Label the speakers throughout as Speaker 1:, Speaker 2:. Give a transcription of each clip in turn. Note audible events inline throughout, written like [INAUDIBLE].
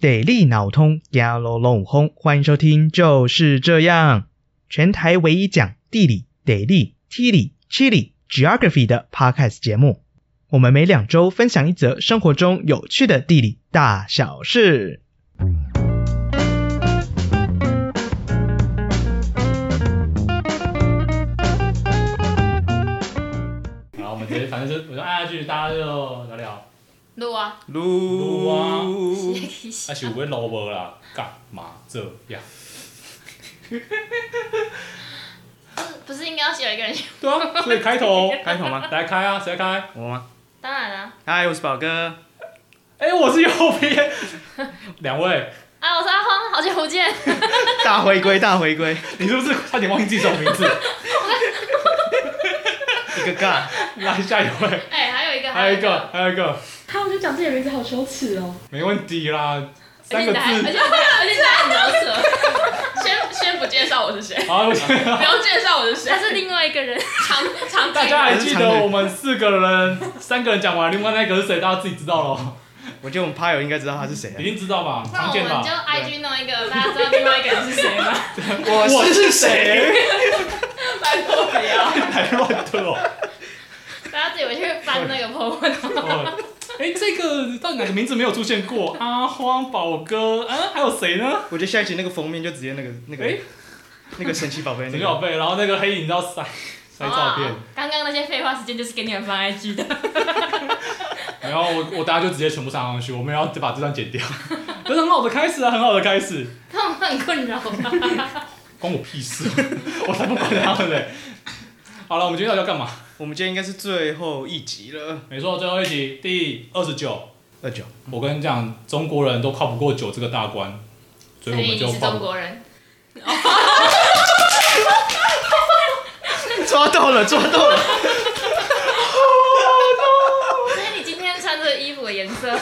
Speaker 1: 得力脑通牙罗龙轰，欢迎收听就是这样，全台唯一讲地理、得力、地理、Chili、Geography 的 Podcast 节目。我们每两周分享一则生活中有趣的地理大小事。
Speaker 2: 然后我们直接反正是我说按下去，大家就聊聊。
Speaker 3: 录啊，
Speaker 2: 撸啊
Speaker 3: 直接起
Speaker 2: 啊，是有要录无啦？干嘛这样？
Speaker 3: 不是应该要有一个人去？
Speaker 2: 对啊，所以开头
Speaker 4: 开头
Speaker 3: [LAUGHS]
Speaker 4: 吗？
Speaker 2: 来开啊，谁开？
Speaker 4: 我吗？
Speaker 3: 当然啦、啊，
Speaker 4: 嗨，我是宝哥。
Speaker 2: 哎、我是右边。 [LAUGHS] 两位，
Speaker 3: 哎我是阿荒，好久不见， [LAUGHS]
Speaker 4: 大回归，大回归，
Speaker 2: 你是不是差点忘记这种名字？
Speaker 4: 一个尬。
Speaker 2: 来，下一
Speaker 3: [LAUGHS]
Speaker 2: 位，
Speaker 3: 哎、还有一个，
Speaker 2: 还有一个，，还有一个，
Speaker 5: 他我就讲自己的名字好羞耻哦。
Speaker 2: 没问题
Speaker 3: [LAUGHS]
Speaker 2: 啦，
Speaker 3: 而
Speaker 2: 三个
Speaker 3: 且你还，而
Speaker 2: 字。
Speaker 3: 且你还，而且你还描述，先先不介绍我是 [LAUGHS] 谁，
Speaker 2: [LAUGHS] 好，我先
Speaker 3: 不用介绍我是谁，他是另外一
Speaker 2: [LAUGHS]
Speaker 3: 个人，长长
Speaker 2: 大家还
Speaker 3: 颈
Speaker 2: 记得我们四个人，三个人讲完，另外那个是谁？大家自己知道
Speaker 3: [LAUGHS]
Speaker 2: 咯，
Speaker 4: 我觉得我们趴友应该知道他是谁啊
Speaker 2: 已
Speaker 4: 了。
Speaker 2: 经知道吧？
Speaker 3: 那
Speaker 2: 常
Speaker 3: 我
Speaker 2: 见吧
Speaker 3: 们就？IG 弄一个，大家知道另外一个人是谁
Speaker 2: [LAUGHS]
Speaker 3: 吗？
Speaker 4: 我是谁？
Speaker 3: 拜托不要，
Speaker 2: [LAUGHS] 还乱的哦。
Speaker 3: 大家自己回去翻那个 po
Speaker 2: 哦， [LAUGHS] 哎、这个到底哪个名字没有出现过？阿荒宝哥，啊，还有谁呢？
Speaker 4: 我觉得下一集那个封面就直接那个那
Speaker 2: 哎
Speaker 4: 个、那个神奇宝贝 [LAUGHS] 那
Speaker 2: 陈小
Speaker 4: 个。
Speaker 2: 贝，然后那个黑影要
Speaker 3: 哦
Speaker 2: 塞塞照片，
Speaker 3: 刚刚那些废话时间就是给你们翻 IG 的， [LAUGHS]
Speaker 2: 然后我我大家就直接全部上上去，我们要把这段剪掉， [LAUGHS] 这是很好的开始啊，很好的开始，
Speaker 3: 他们很困扰吧？
Speaker 2: 关我屁事，哦 [LAUGHS] 我才不管他们嘞。好了，我们今天到底要干嘛？
Speaker 4: 我们今天应该是最后一集了，
Speaker 2: 没错，最后一集第二十九，
Speaker 4: 二九。
Speaker 2: 我跟你讲，中国人都跨不过九这个大关，所以
Speaker 3: 所
Speaker 2: 我们
Speaker 3: 以
Speaker 2: 就
Speaker 3: 你是
Speaker 2: 跨
Speaker 3: 中
Speaker 2: 不。
Speaker 3: 国人，
Speaker 4: 抓到了，抓到了。
Speaker 3: 所以你今天穿这个衣服的颜色。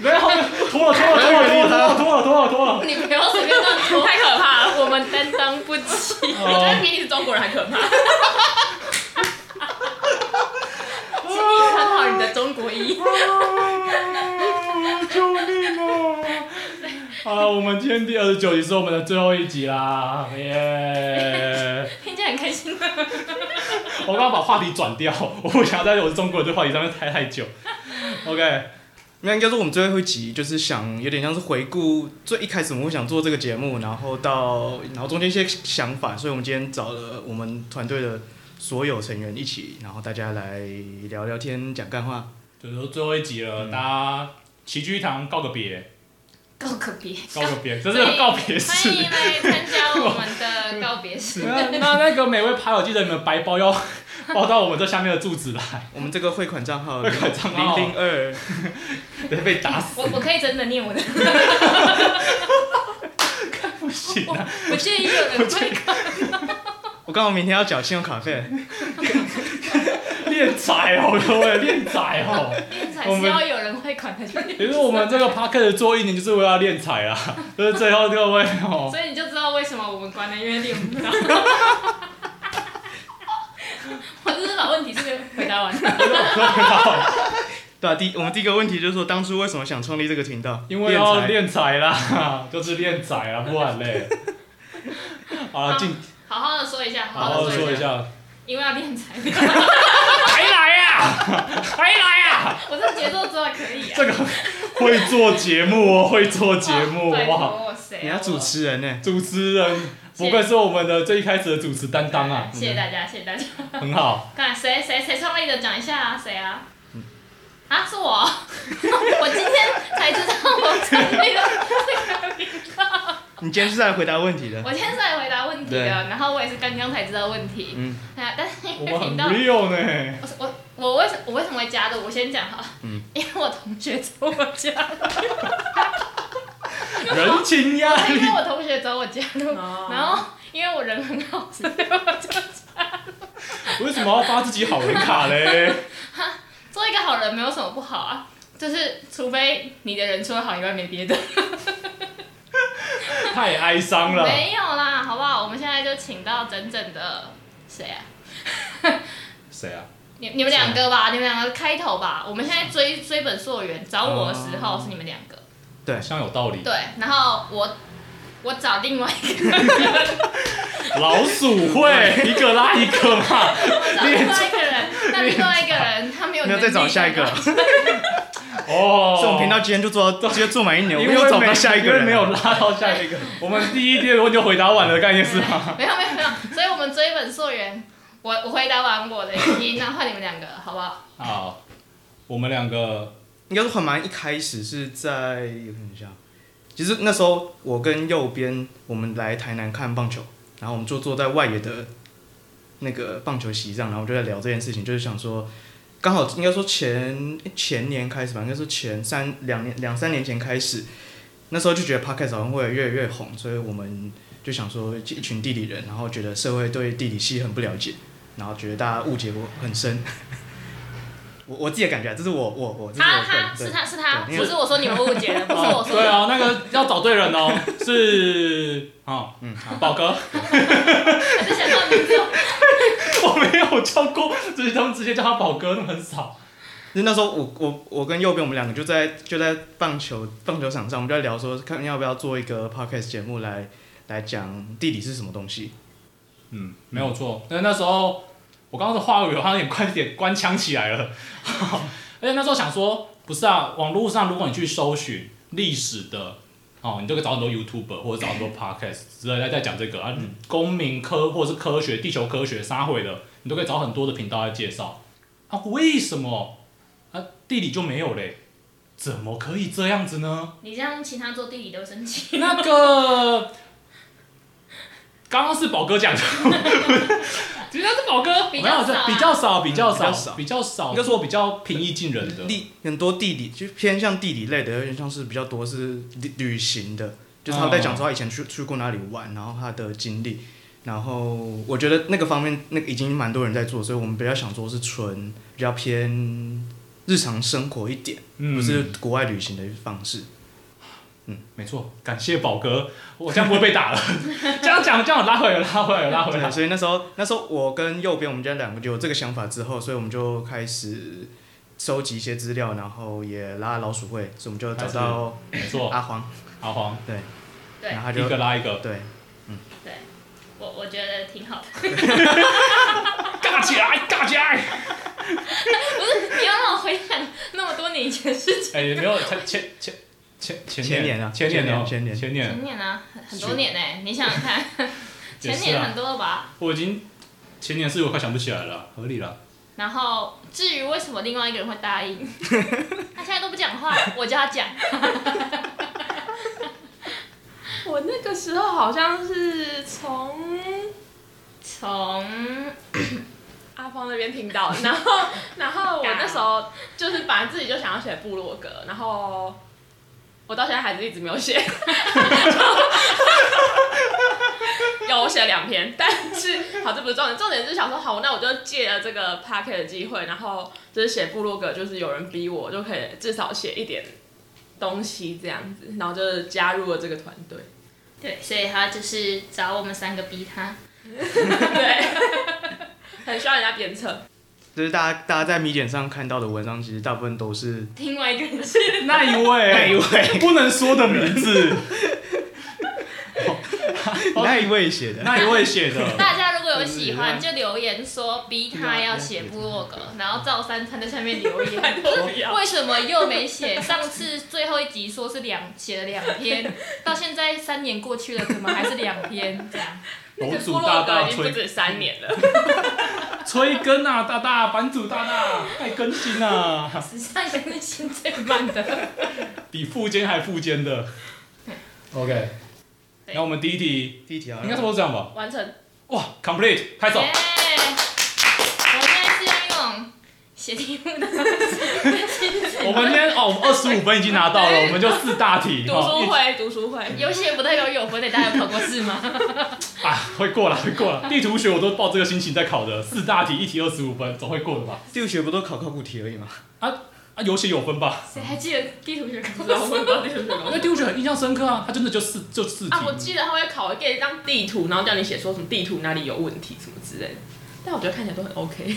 Speaker 2: 没有，后面脱了，脱了，脱了，脱了，脱了，脱了，脱了。
Speaker 3: [LAUGHS] 你不要随便乱说，太可怕了，我们担当不起。 [LAUGHS] 我
Speaker 2: 觉得
Speaker 3: 比你是中国人还可
Speaker 2: [LAUGHS]
Speaker 3: 怕。请你穿好你的中国 [LAUGHS] 衣。
Speaker 2: 啊！救命啊！好了，我们今天第二十九集是我们的最后一集啦，耶、
Speaker 3: 听起来很开心吗？
Speaker 2: 我刚刚把话题转
Speaker 4: [LAUGHS]
Speaker 2: 掉，我不想在我中国人这话题上面待太久。OK，
Speaker 4: 那应该说我们最后一集就是想有点像是回顾最一开始我们会想做这个节目，然后到然后中间一些想法，所以我们今天找了我们团队的所有成员一起，然后大家来聊聊天、讲干话。嗯
Speaker 2: 就是最后一集了，大家齐聚一堂告个别，
Speaker 3: 告个别，
Speaker 2: 告个别，这是告别
Speaker 3: 欢 [LAUGHS]
Speaker 2: 式。
Speaker 3: 迎来参加我们的告别式。
Speaker 4: 啊
Speaker 2: 那那那个每位牌友记得你们白包要包到我们这下面的柱子来，
Speaker 4: 我们这个汇款账号
Speaker 2: 汇
Speaker 4: 零
Speaker 2: 款账号
Speaker 4: 零二，
Speaker 2: 等下被打死
Speaker 3: [LAUGHS] 我我可以真的念我的，
Speaker 2: 不行啊！
Speaker 3: 我建议有人会告。
Speaker 4: 我刚好明天要缴信用卡费，
Speaker 2: 练财哦，各位练财哦。
Speaker 3: 才是要有人会管的，
Speaker 2: 也就是我们这个 p o c a s t 做一年，就是为了练财啦， [LAUGHS] 就是最后各位
Speaker 4: [LAUGHS]
Speaker 2: 哦。
Speaker 3: 所以你就知道为什么我们管的，因为练 [LAUGHS] 不到。我这是把问题是回答完了。
Speaker 4: 对啊，第我们第一个问题就是说，当初为什么想创立这个频道？
Speaker 2: 因为要
Speaker 4: 练
Speaker 2: 练财啦， [LAUGHS] 就是练财啦，不然嘞。 [LAUGHS] 好了，进
Speaker 3: 好好的说一下，
Speaker 2: 好
Speaker 3: 好
Speaker 2: 好
Speaker 3: 的
Speaker 2: 地说一，下，
Speaker 3: 因为要练才，
Speaker 2: 还来呀、
Speaker 3: [LAUGHS]
Speaker 2: 还来呀、
Speaker 3: 我这节奏真的可以啊。
Speaker 2: 这个会做节目哦， [LAUGHS] 会做节目
Speaker 3: 拜
Speaker 2: 哇！
Speaker 3: 托，谁啊？
Speaker 4: 你要主持人呢、
Speaker 2: 主持人不愧是我们的最一开始的主持担当啊
Speaker 3: 我？， [LAUGHS] 谢谢大家，谢谢大家。
Speaker 2: [LAUGHS] 很好。
Speaker 3: 看谁谁谁创立的，讲一下啊，谁啊？
Speaker 2: 嗯
Speaker 3: 啊，是我， [LAUGHS] 我今天才知道我创立了这个频道。
Speaker 4: 你今天是在回答问题的，
Speaker 3: [LAUGHS] 我今天是来回答问题的，
Speaker 4: 对
Speaker 3: 然后我也是刚刚才知道问题。
Speaker 4: 嗯
Speaker 3: 啊，但是因
Speaker 2: 我
Speaker 3: 为
Speaker 2: 们
Speaker 3: 频
Speaker 2: 很
Speaker 3: 道，
Speaker 2: real 呢，
Speaker 3: 我我我为什我为什么会加入？我先讲哈，
Speaker 4: 嗯
Speaker 3: 因为我同学找我
Speaker 2: [LAUGHS]
Speaker 3: 加入。
Speaker 2: 人情压
Speaker 3: 因
Speaker 2: 力
Speaker 3: 为我同学找我加入，然
Speaker 4: 哦
Speaker 3: 后因为我人很好，所以我
Speaker 2: [LAUGHS]
Speaker 3: 就
Speaker 2: 为什么要发自己好人卡嘞？
Speaker 3: 做一个好人没有什么不好啊，就是除非你的人除了好以外没别的，
Speaker 2: 太哀伤了。
Speaker 3: 没有啦，好不好？我们现在就请到整整的谁啊？
Speaker 2: 谁啊？
Speaker 3: 你你们两
Speaker 4: 啊
Speaker 3: 个吧，你们两个开头吧。我们现在追追本溯源，找我的时候是你们两个，
Speaker 4: 对
Speaker 2: 好像有道理。
Speaker 3: 对，然后我我找另外一
Speaker 4: [LAUGHS]
Speaker 3: 个，
Speaker 2: 老鼠会 [LAUGHS] 一个拉一个嘛，
Speaker 3: 我找另外一个人，但另外一个人他
Speaker 4: [LAUGHS]
Speaker 3: 没有
Speaker 4: 没有
Speaker 3: 能
Speaker 4: 再
Speaker 3: 力
Speaker 4: 找下一个
Speaker 3: 干
Speaker 4: 了
Speaker 3: 嘛。
Speaker 2: 哦，
Speaker 4: 所以我们频道今天就
Speaker 2: [LAUGHS]
Speaker 4: 做到，直接做满一年，我
Speaker 2: 因
Speaker 4: 们
Speaker 2: 为
Speaker 4: 又找不
Speaker 2: 没
Speaker 4: 到下一个
Speaker 2: 因
Speaker 4: 人
Speaker 2: 为
Speaker 4: 了，
Speaker 2: 没有拉到下一个。我们第一天问就回答完了，概念是吗？
Speaker 3: 没有没有没有，所以我们追本溯源，我我回答完我的原因，那换你们两个好不好？
Speaker 2: [LAUGHS] 好，我们两个
Speaker 4: 应该是很蛮一开始是在我看一下，其实那时候我跟右边我们来台南看棒球，然后我们就坐在外野的那个棒球席上，然后我就在聊这件事情，就是想说，刚好应该说前前年开始吧，应该说前三两年两三年前开始，那时候就觉得 podcast 好像会越来越红，所以我们就想说一群地理人，然后觉得社会对地理系很不了解，然后觉得大家误解我很深。我我自己的感觉啊，这是我我我这是我
Speaker 3: 他
Speaker 4: 个人
Speaker 3: 他
Speaker 4: 对
Speaker 3: 是他是他，
Speaker 4: 对因
Speaker 3: 不
Speaker 4: 为
Speaker 3: 是我说你们误解了，不是我
Speaker 2: 哦，
Speaker 3: 说
Speaker 4: [LAUGHS]
Speaker 2: 对
Speaker 3: 的。
Speaker 2: 啊，那个要找对人哦，是哦，嗯，宝哥，
Speaker 3: 可是想到你就
Speaker 2: [LAUGHS] 我没有叫过，就是他们直接叫他宝哥，那么很少。
Speaker 4: 就那时候我我我跟右边我们两个就在就在棒球棒球场上，我们就在聊说看要不要做一个 podcast 节目来来讲地理是什么东西。
Speaker 2: 嗯，没有错。但是那时候我刚刚的话语好像有点快点官腔起来了， [LAUGHS] 而且那时候想说，不是啊，网络上如果你去搜寻历史的。哦，你就可以找很多 YouTuber 或者找很多 Podcast 之类在在讲这个啊，公民科或者是科学、地球科学、啥会的，你都可以找很多的频道来介绍。啊，为什么啊地理就没有嘞？怎么可以这样子呢？
Speaker 3: 你这样，其他做地理都生气。
Speaker 2: 那个 [LAUGHS] 刚刚是宝哥 [LAUGHS] 讲的，其实他是宝哥没
Speaker 3: 比较
Speaker 2: 有
Speaker 3: 少啊
Speaker 2: 这比较少，比较
Speaker 4: 比
Speaker 2: 少，
Speaker 4: 较少
Speaker 2: 比较少，
Speaker 4: 应
Speaker 2: 应
Speaker 4: 该
Speaker 2: 该说比较平易近人的。
Speaker 4: 地很多地理就偏向地理类的，有点像是比较多是旅旅行的，就是他在讲说他以前去去过哪里玩，然后他的经历。然后我觉得那个方面，那个已经蛮多人在做，所以我们比较想说是纯比较偏日常生活一点，
Speaker 2: 嗯
Speaker 4: 不是国外旅行的方式。
Speaker 2: 没错，感谢宝哥，我这样不会被打 [LAUGHS] 了。这样讲，这样拉回来，拉回来，拉回
Speaker 4: 对，
Speaker 2: 来。
Speaker 4: 所以那时候，那时候我跟右边我们家两个就有这个想法之后，所以我们就开始收集一些资料，然后也拉老鼠会，所以我们就找到
Speaker 2: 没错，
Speaker 4: 阿黄，
Speaker 2: 阿黄，
Speaker 4: 哦对，
Speaker 3: 对
Speaker 4: 然后他
Speaker 2: 一
Speaker 4: 就
Speaker 2: 个拉一个，
Speaker 4: 对，
Speaker 3: 对，我我觉得挺好的。
Speaker 2: 尬起来，尬起来。
Speaker 3: 不是你要让我回想那么多年以前的事情，
Speaker 2: 哎，没有，前前前前前
Speaker 4: 前年啊
Speaker 2: 前年哦
Speaker 4: 前年
Speaker 2: 前
Speaker 3: 前
Speaker 2: 年，
Speaker 3: 年啊，很很多年哎，你想想看，
Speaker 2: 也
Speaker 3: 前
Speaker 2: 是
Speaker 3: 年
Speaker 2: 啊
Speaker 3: 很，多了吧？
Speaker 2: 我已经前年是我快想不起来了，合理了。
Speaker 3: 然后至于为什么另外一个人会答
Speaker 4: [LAUGHS]
Speaker 3: 应，他现在都不讲话，我叫他讲。
Speaker 5: 我那个时候好像是从
Speaker 3: 从
Speaker 5: 阿芳那边听到，然后然后我那时候就是本来自己就想要写部落格，然后我到现在还是一直没有写。有我写了两篇，但是好，这不是重点，重点是想说好，那我就借了这个 p a c k e t 的机会，然后就是写部落格，就是有人逼我，就可以至少写一点东西这样子，然后就是加入了这个团队。
Speaker 3: 对，所以他就是找我们三个逼他。
Speaker 5: 对，很需要人家鞭策。
Speaker 4: 就是大家大家在米检上看到的文章，其实大部分都是
Speaker 3: 另外一个人是
Speaker 2: 那一位，
Speaker 4: 那一位
Speaker 2: 哎不能说的名
Speaker 4: [LAUGHS]
Speaker 2: 字，
Speaker 4: 哦那一位写的，
Speaker 2: [LAUGHS] 那一位写
Speaker 5: [LAUGHS]
Speaker 2: 的。
Speaker 3: 大家如果有喜欢，
Speaker 4: 嗯
Speaker 3: 就留言说逼他要写部落格，然后赵三餐在下面留 [LAUGHS] 言
Speaker 5: 不要
Speaker 3: 说为什么又没写？上次最后一集说是两写了两 [LAUGHS] 篇，到现在三年过去了，怎么还是两篇这 [LAUGHS] 样？
Speaker 2: 楼
Speaker 5: 这
Speaker 2: 主
Speaker 5: 部
Speaker 2: 大
Speaker 5: 落
Speaker 2: 大
Speaker 5: 格已经不
Speaker 2: 催
Speaker 5: 止三年了，
Speaker 2: 催更啊，大大版主大大快更新啊， [LAUGHS]
Speaker 3: 史上更新最慢的。
Speaker 2: 比副监还副监的。OK，
Speaker 3: 对
Speaker 2: 那我们第一题
Speaker 4: 第一题啊，
Speaker 2: 应该差不多这样吧。
Speaker 5: 完成。
Speaker 2: 哇，complete，拍手
Speaker 5: 哎
Speaker 3: 耶！。我现在是用一种写题目的方式
Speaker 2: 我们今天哦，二十五分已经拿到了，我们就四大题
Speaker 5: [LAUGHS] 读
Speaker 2: 哦
Speaker 5: 书会，读书会，
Speaker 3: 有写不代表有分得，大家有考过试吗？
Speaker 2: 一啊，会过了，会过了。地图学我都抱这个心情在考的，四大题一题二十五分，总会过的吧？
Speaker 4: 地理学不都考考古题而已吗？
Speaker 2: 啊，有写有分吧？
Speaker 3: 谁还记得地图学考
Speaker 5: 不
Speaker 3: 过
Speaker 5: 知道
Speaker 3: 试 [LAUGHS]
Speaker 5: 会不会读
Speaker 2: 我对地图学很印象深刻啊，它真的就四就四题。
Speaker 5: 啊，我记得他会考给一张地图，然后叫你写说什么地图哪里有问题什么之类的。但我觉得看起来都很 OK。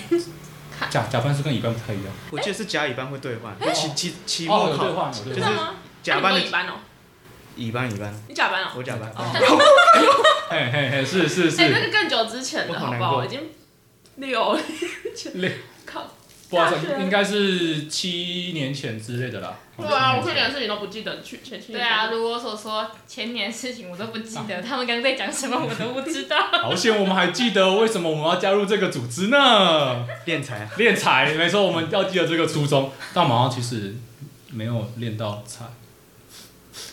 Speaker 2: 假假分数跟乙班不太一样。
Speaker 4: 我记得是甲乙班会兑换，就期期期
Speaker 2: 哦，
Speaker 4: 末
Speaker 2: 有对
Speaker 4: 考，
Speaker 2: 话，有对
Speaker 4: 就
Speaker 2: 话
Speaker 4: 是
Speaker 5: 吗
Speaker 4: 甲
Speaker 5: 那
Speaker 4: 班
Speaker 5: 你
Speaker 4: 的
Speaker 5: 不乙班哦，
Speaker 4: 乙班乙班，
Speaker 5: 你甲班哦，
Speaker 4: 我甲班。
Speaker 5: 哦，
Speaker 2: 嘿嘿嘿，是是
Speaker 5: 哎，那
Speaker 2: 是，
Speaker 5: 个更久之前
Speaker 4: 我
Speaker 5: 的
Speaker 4: 好
Speaker 5: 好
Speaker 4: 难
Speaker 5: 不
Speaker 4: 过
Speaker 5: 好？已经六了，
Speaker 2: 六
Speaker 5: 靠，
Speaker 2: 不好意
Speaker 5: 大
Speaker 2: 思，
Speaker 5: 学
Speaker 2: 应该是七年前之类的啦。
Speaker 5: 对啊，我去年的事情都不记得，去前去
Speaker 3: 对啊，，如我所说，前年的事情我都不记得，他们刚刚在讲什么我都不知道。
Speaker 2: 好险，我们还记得为什么我们要加入这个组织呢？
Speaker 4: 练财啊，
Speaker 2: 练财，没错，我们要记得这个初衷。但马上其实没有练到财，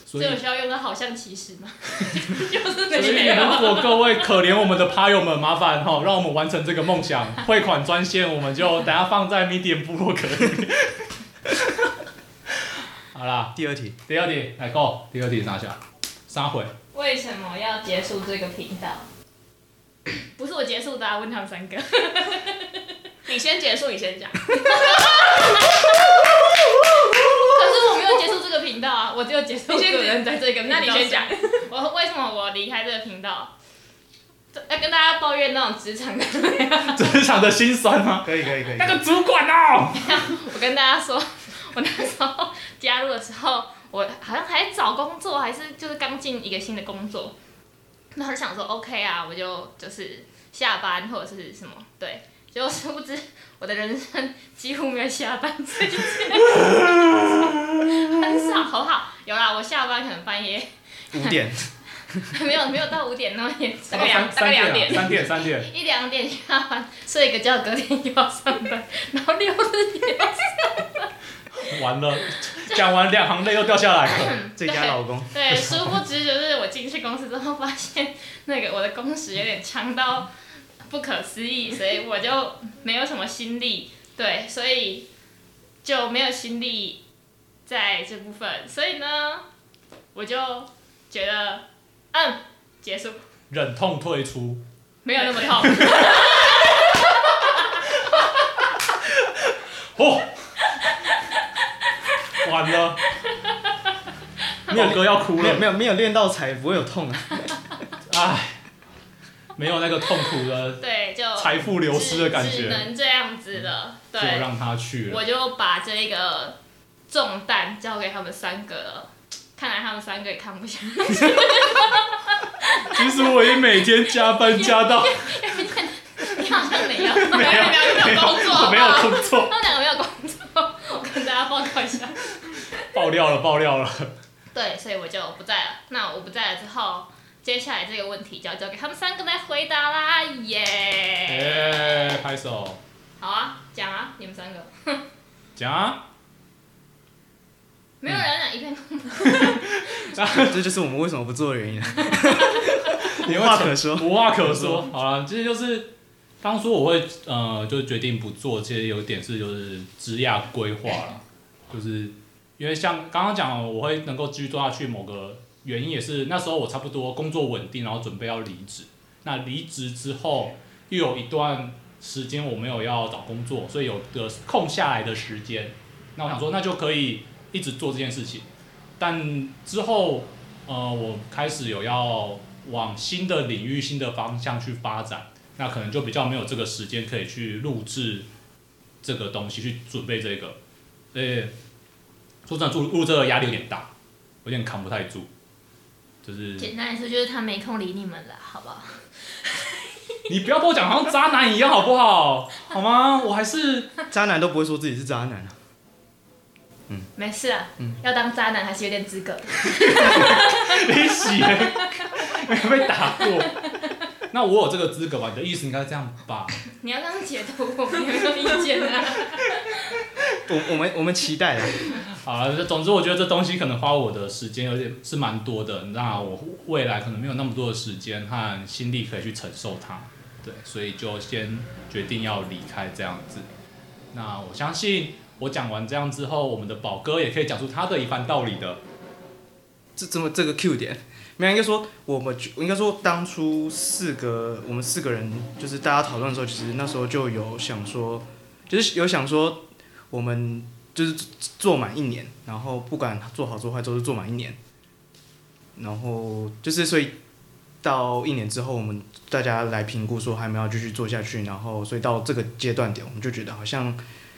Speaker 2: 所
Speaker 3: 所
Speaker 2: 以
Speaker 3: 以我需要用到好像其实吗？就是
Speaker 2: 所
Speaker 3: 那
Speaker 2: 以，
Speaker 3: 个。
Speaker 2: 如果各位可怜我们的趴友们，麻烦哈、哦让我们完成这个梦想。汇款专线，我们就等下放在 Medium 部落格里面。好啦，
Speaker 4: 第二题，
Speaker 2: 第二题来 go，第二题拿下，三回。
Speaker 3: 为什么要结束这个频道？不是我结束的、啊，问他们三个。
Speaker 5: 你先结束，你先讲。
Speaker 3: 可是我没有结束这个频道啊，我只有结束
Speaker 5: 你
Speaker 3: 一
Speaker 5: 先
Speaker 3: 个人在这个频道
Speaker 5: 那
Speaker 3: 上。
Speaker 5: 你先讲，
Speaker 3: 我为什么我离开这个频道？这要跟大家抱怨那种职场的东西啊。
Speaker 2: 职场的辛酸吗？
Speaker 4: 可以可以可以。
Speaker 2: 那个主管哦，
Speaker 3: 我跟大家说， [LAUGHS] 我那时候加入的时候，我好像还找工作，还是就是刚进一个新的工作，然后就想说 OK 啊，我就就是下班或者是什么，对，结果殊不知我的人生几乎没有下班这一件事， [LAUGHS] 很少，好不好？有啦，我下班可能半夜 [LAUGHS]
Speaker 4: 五点，
Speaker 3: 没有没有到五点那么严重。
Speaker 5: 大概两大概两点
Speaker 2: 哦三点，啊三点。
Speaker 3: 一两点下班，睡个觉，隔天又要上班，然后六日也要
Speaker 2: [LAUGHS] 完了，讲完两行泪又掉下来
Speaker 5: 嗯
Speaker 2: 了。
Speaker 4: 最佳老公，
Speaker 2: [LAUGHS]
Speaker 3: 对，殊不知就是我进去公司之后，发现那个我的工时有点长到不可思议，所以我就没有什么心力，对，所以就没有心力在这部分，所以呢，我就觉得，嗯，结束，
Speaker 2: 忍痛退出，
Speaker 3: 没有那么痛，
Speaker 2: [LAUGHS] 哦，完了， [LAUGHS]
Speaker 4: 没有
Speaker 2: 莫哥要哭
Speaker 4: 没有
Speaker 2: 了
Speaker 4: 没。有没有练到财不会有痛啊。 [LAUGHS]
Speaker 2: 唉，没有那个痛苦
Speaker 5: 哦
Speaker 2: 的
Speaker 3: 对，就
Speaker 2: 财富流失的感
Speaker 3: 只只
Speaker 2: 觉，
Speaker 3: 能这样子了，
Speaker 2: 就
Speaker 3: 对，
Speaker 2: 让他去了。
Speaker 3: 我就把这个重担交给他们三个了。看来他们三个也看不下 [LAUGHS] 去，
Speaker 2: 其实我也每天加班加到
Speaker 3: 你好像没有，
Speaker 5: [LAUGHS] 没有没有工
Speaker 4: [LAUGHS]
Speaker 5: 作，
Speaker 2: 没有工作，
Speaker 3: 他们两个没有工作，我跟大家报告一下。
Speaker 2: 爆料了，爆料了。
Speaker 3: 对，所以我就不在了。那我不在了之后，接下来这个问题就要交给他们三个来回答啦，耶、
Speaker 2: 哎，拍手，
Speaker 3: 好啊，讲啊，你们三个，
Speaker 2: 讲啊！
Speaker 3: 没有人讲一片空
Speaker 4: 这就是我们为什么不做的原因啊。
Speaker 2: 你
Speaker 4: 无话可说，
Speaker 2: 无话可说。好了，这就是当初我会呃，就决定不做，其实有一点是就是职业规划了，就是因为像刚刚讲的，我会能够继续做下去，某个原因也是那时候我差不多工作稳定，然后准备要离职。那离职之后又有一段时间我没有要找工作，所以有的空下来的时间，那我想说那就可以一直做这件事情。但之后呃，我开始有要往新的领域、新的方向去发展，那可能就比较没有这个时间可以去录制这个东西，去准备这个。所以说真的，录录这个压力有点大，有点扛不太住。就是
Speaker 3: 简单来说，就是他没空理你们了，好不好？
Speaker 2: 你不要跟我讲好像渣男一样，好不好？好吗？我还是
Speaker 4: 渣男都不会说自己是渣男啊。
Speaker 3: 没事啊，
Speaker 4: 嗯
Speaker 3: 要当渣男还是有点资格的。
Speaker 2: 没洗，没被打过。那我有这个资格吧？你的意思应该这样吧？ [LAUGHS]
Speaker 3: 你要这样解读，我没有
Speaker 4: [LAUGHS]
Speaker 3: 意见啊。
Speaker 4: 我我们我们期待啊，
Speaker 2: 好了，总之我觉得这东西可能花我的时间有点是蛮多的，那我未来可能没有那么多的时间和心力可以去承受它，对，所以就先决定要离开这样子。那我相信我讲完这样之后，我们的宝哥也可以讲出他的一番道理的。
Speaker 4: 这这么这个 Q 点， [LAUGHS] 没有应该说我们我应该说当初四个我们四个人就是大家讨论的时候，其实那时候就有想说，就是有想说我们就是做满一年，然后不管做好做坏都是做满一年，然后就是所以到一年之后，我们大家来评估说还没有继续做下去，然后所以到这个阶段点，我们就觉得好像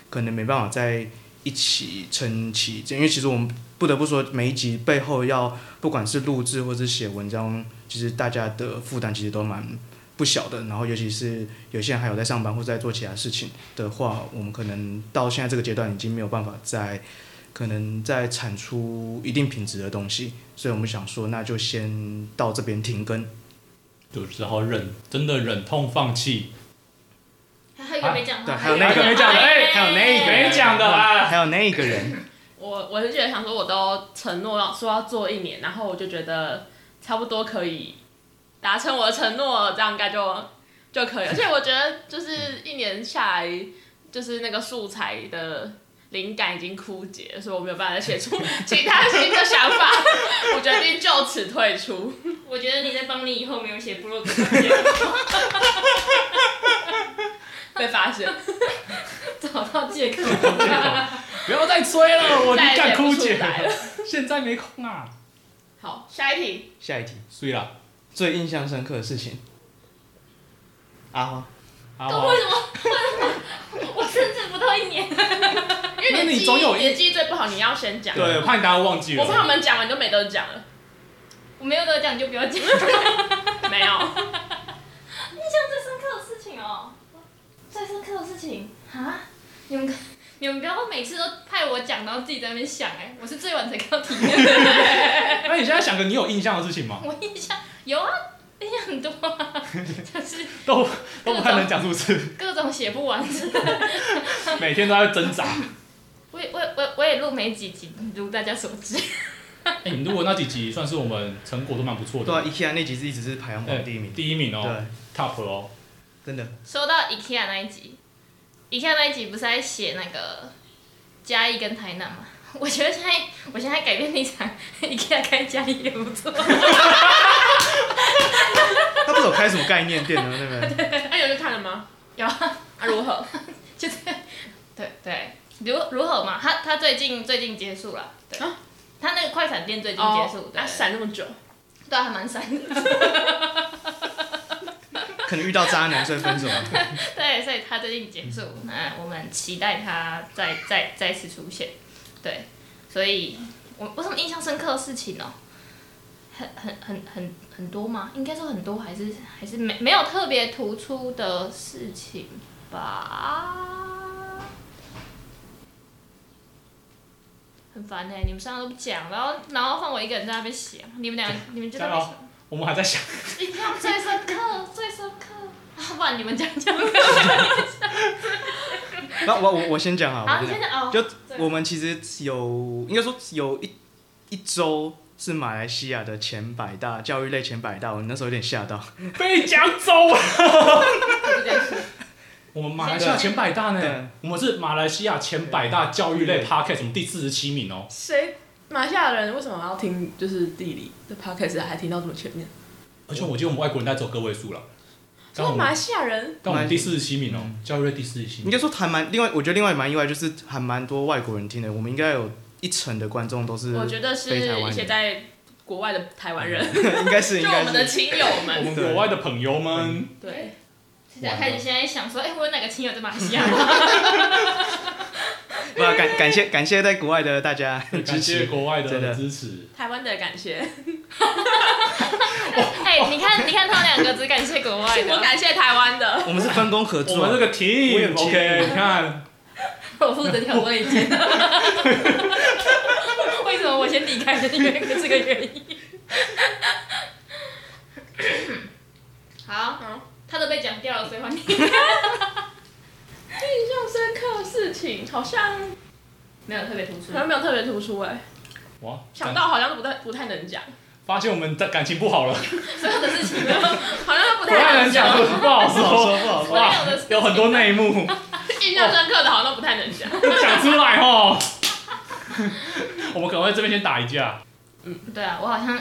Speaker 4: 可能没办法再一一起撑起，因为其实我们不得不说，每一集背后要不管是录制或是写文章，其实大家的负担其实都蛮不小的。然后尤其是有些人还有在上班或在做其他事情的话，我们可能到现在这个阶段已经没有办法再可能再产出一定品质的东西，所以我们想说，那就先到这边停更。
Speaker 2: 就只好忍，真的忍痛放弃。
Speaker 3: 还有一个没讲
Speaker 4: 啊对
Speaker 3: 到，
Speaker 4: 还有那个
Speaker 2: 没讲的哎
Speaker 4: 还有那一个
Speaker 2: 没讲的啊，
Speaker 4: 还有那一个人，
Speaker 5: 我我是觉得想说，我都承诺要说要做一年，然后我就觉得差不多可以达成我的承诺，这样应该就就可以了。而且我觉得就是一年下来，就是那个素材的灵感已经枯竭了，所以我没有办法再写出其他新的
Speaker 3: [LAUGHS]
Speaker 5: 想法。我决定就此退出。
Speaker 3: 我觉得你在帮你以后没有写部落格的
Speaker 5: 被发现，
Speaker 3: [LAUGHS] 找到借
Speaker 4: [LAUGHS]
Speaker 3: 口。
Speaker 2: 不要再催了，我
Speaker 5: 再
Speaker 2: 灵
Speaker 5: 也
Speaker 2: 感
Speaker 5: 写
Speaker 2: 枯
Speaker 5: 不出
Speaker 2: 竭
Speaker 5: 来了。
Speaker 2: 现在没空啊。
Speaker 5: 好，下一题，
Speaker 4: 下一题
Speaker 2: 睡了，
Speaker 4: 最印象深刻的事情，阿花。
Speaker 2: 好
Speaker 3: 都
Speaker 2: 好
Speaker 3: 为什么？为什么？我甚至不到一年。
Speaker 5: 因为
Speaker 2: 那
Speaker 5: 你
Speaker 2: 你
Speaker 5: 记
Speaker 2: 总有
Speaker 5: 忆
Speaker 2: 一
Speaker 5: 你的记忆最不好，你要先讲。
Speaker 2: 对，我怕你大家忘记了。
Speaker 5: 我怕我们讲完你就没得讲了。
Speaker 3: 我没有得奖，你就不要讲。印象最 [LAUGHS]
Speaker 5: 没有，
Speaker 3: 深刻的事情哦，最深刻的事情啊！你们你们不要每次都派我讲，然后自己在那边想哎、我是最晚才看到题的。 [LAUGHS]
Speaker 2: 那你现在想个你有印象的事情
Speaker 5: [LAUGHS]
Speaker 2: 吗？
Speaker 3: 我印象有啊，印象很多、啊，就是
Speaker 2: 都都不太能讲，是不是？
Speaker 3: 各种写不完的。
Speaker 2: [LAUGHS] 每天都在挣扎。
Speaker 3: 我也我也我也我也录没几集，如大家所知。
Speaker 2: 哎、你如果那几集算是我们成果都蛮不错
Speaker 4: 对啊
Speaker 2: 的，
Speaker 4: ，IKEA 那集是一直是排行
Speaker 2: 哎
Speaker 4: 榜第一名，
Speaker 2: 第一名哦
Speaker 4: 对，
Speaker 2: ，top 哦，
Speaker 4: 真的。
Speaker 3: 说到 IKEA 那一集，IKEA 那一集不是在写那个嘉义跟台南吗？ [LAUGHS] 我觉得现在我现在改变立场，IKEA 开嘉义也不错。 [LAUGHS]
Speaker 4: 他不是有开什么概念店的，对不对？
Speaker 5: 那你有去看了吗？
Speaker 3: 有啊，
Speaker 5: 啊，如何？
Speaker 3: 就是对对，如如何嘛？他他最近最近结束了，对，
Speaker 5: 啊
Speaker 3: 他那个快闪店最近
Speaker 5: 哦
Speaker 3: 结束，对
Speaker 5: 啊，，闪那么久，
Speaker 3: 对啊，还蛮闪的，
Speaker 4: 可能遇到渣男所以分手了。
Speaker 3: 对，所以他最近结束，那我们期待他再再再次出现，对，所以我我什么印象深刻的事情哦、很很很很很多吗？应该说很多，还是还是没没有特别突出的事情吧。很烦呢、欸你们三个都不讲，然后然后换我一个人在那边想，你们俩你们就在那边想
Speaker 2: 我们还在想，
Speaker 3: 印象最深刻，最深刻。 [LAUGHS] 啊，不然你们讲讲。
Speaker 4: 那我我我先讲好，
Speaker 3: 好，
Speaker 4: 我
Speaker 3: 你先
Speaker 4: 先
Speaker 3: 讲哦。
Speaker 4: 就我们其实有应该说有一一周是马来西亚的前百大教育类前百大，我那时候有点吓到。
Speaker 2: 被讲走
Speaker 5: [LAUGHS]
Speaker 2: 了。
Speaker 5: 这件事。
Speaker 2: 我们马来西亚前百大
Speaker 4: 对
Speaker 2: 呢，我们是马来西亚前百大教育类 podcast，我们第四十七名哦。
Speaker 5: 谁？马来西亚人为什么要听就是地理的 podcast 还听到这么前面？
Speaker 2: 而且我觉得我们外国人在走个位数了，但
Speaker 5: 所
Speaker 2: 我
Speaker 5: 以马来
Speaker 2: 们
Speaker 5: 西亚人
Speaker 2: 但我们第四十七名哦，教育类第四十七
Speaker 4: [LAUGHS] 嗯应
Speaker 2: 名。
Speaker 4: 该说还蛮，另外我觉得另外蛮意外，就是还蛮多外国人听的。我们应该有一成的观众都是
Speaker 5: 我觉得是
Speaker 4: 非台
Speaker 5: 一
Speaker 4: 湾
Speaker 5: 些
Speaker 4: 人，
Speaker 5: 在国外的台湾人， [LAUGHS]
Speaker 4: 应该是应
Speaker 5: 就我
Speaker 4: 该
Speaker 5: 们的
Speaker 4: 是。
Speaker 5: 亲友
Speaker 2: 我
Speaker 5: 们。
Speaker 2: 们国外的朋友们，
Speaker 5: 对，
Speaker 3: 现在开始现在想说，哎、我有哪个亲友在马来西 [LAUGHS] 亚？
Speaker 4: 不感感谢感谢在国外的大家
Speaker 2: [LAUGHS] 感
Speaker 4: 支
Speaker 2: 谢
Speaker 4: 持。
Speaker 2: 国外
Speaker 4: 真
Speaker 2: 的
Speaker 4: 的
Speaker 2: 支持。
Speaker 5: 台湾的感谢，
Speaker 3: 哎、你看，你看他们两个只感谢国外
Speaker 5: 我
Speaker 3: [LAUGHS] 的，
Speaker 5: 感谢台湾
Speaker 4: [LAUGHS]
Speaker 5: 的。
Speaker 4: 我们是分工合
Speaker 2: 我
Speaker 4: 作，
Speaker 2: 们这个
Speaker 4: 我有
Speaker 2: team，OK，
Speaker 4: 接
Speaker 2: 你看，
Speaker 3: 我负责调味间。
Speaker 5: [LAUGHS]
Speaker 3: 为什么我先离开的因为这个原因？ [LAUGHS] 好，
Speaker 5: 嗯，
Speaker 3: 他都被讲掉了，所以 [LAUGHS] 换你。
Speaker 5: 印象深刻的事情好像
Speaker 3: 没有特别突出
Speaker 5: 好像没有特别突出哎，
Speaker 2: 哇，
Speaker 5: 想到好像都不太不太能讲，
Speaker 2: 发现我们的感情不好了，
Speaker 3: 所有的事情都
Speaker 5: [LAUGHS] 好像都不
Speaker 2: 不
Speaker 5: 太
Speaker 2: 太
Speaker 5: 能
Speaker 2: 能讲，
Speaker 5: 讲。
Speaker 2: 不好
Speaker 4: 不好
Speaker 2: 说。
Speaker 4: 说不好说。
Speaker 2: 哇
Speaker 3: 所有的事，情
Speaker 2: 有很多内幕，
Speaker 5: [LAUGHS] 印象深刻的好像都不太能讲。
Speaker 2: 讲出来哦。
Speaker 5: [LAUGHS]
Speaker 2: 我们可能会这边先打一架，
Speaker 3: 对啊，我好像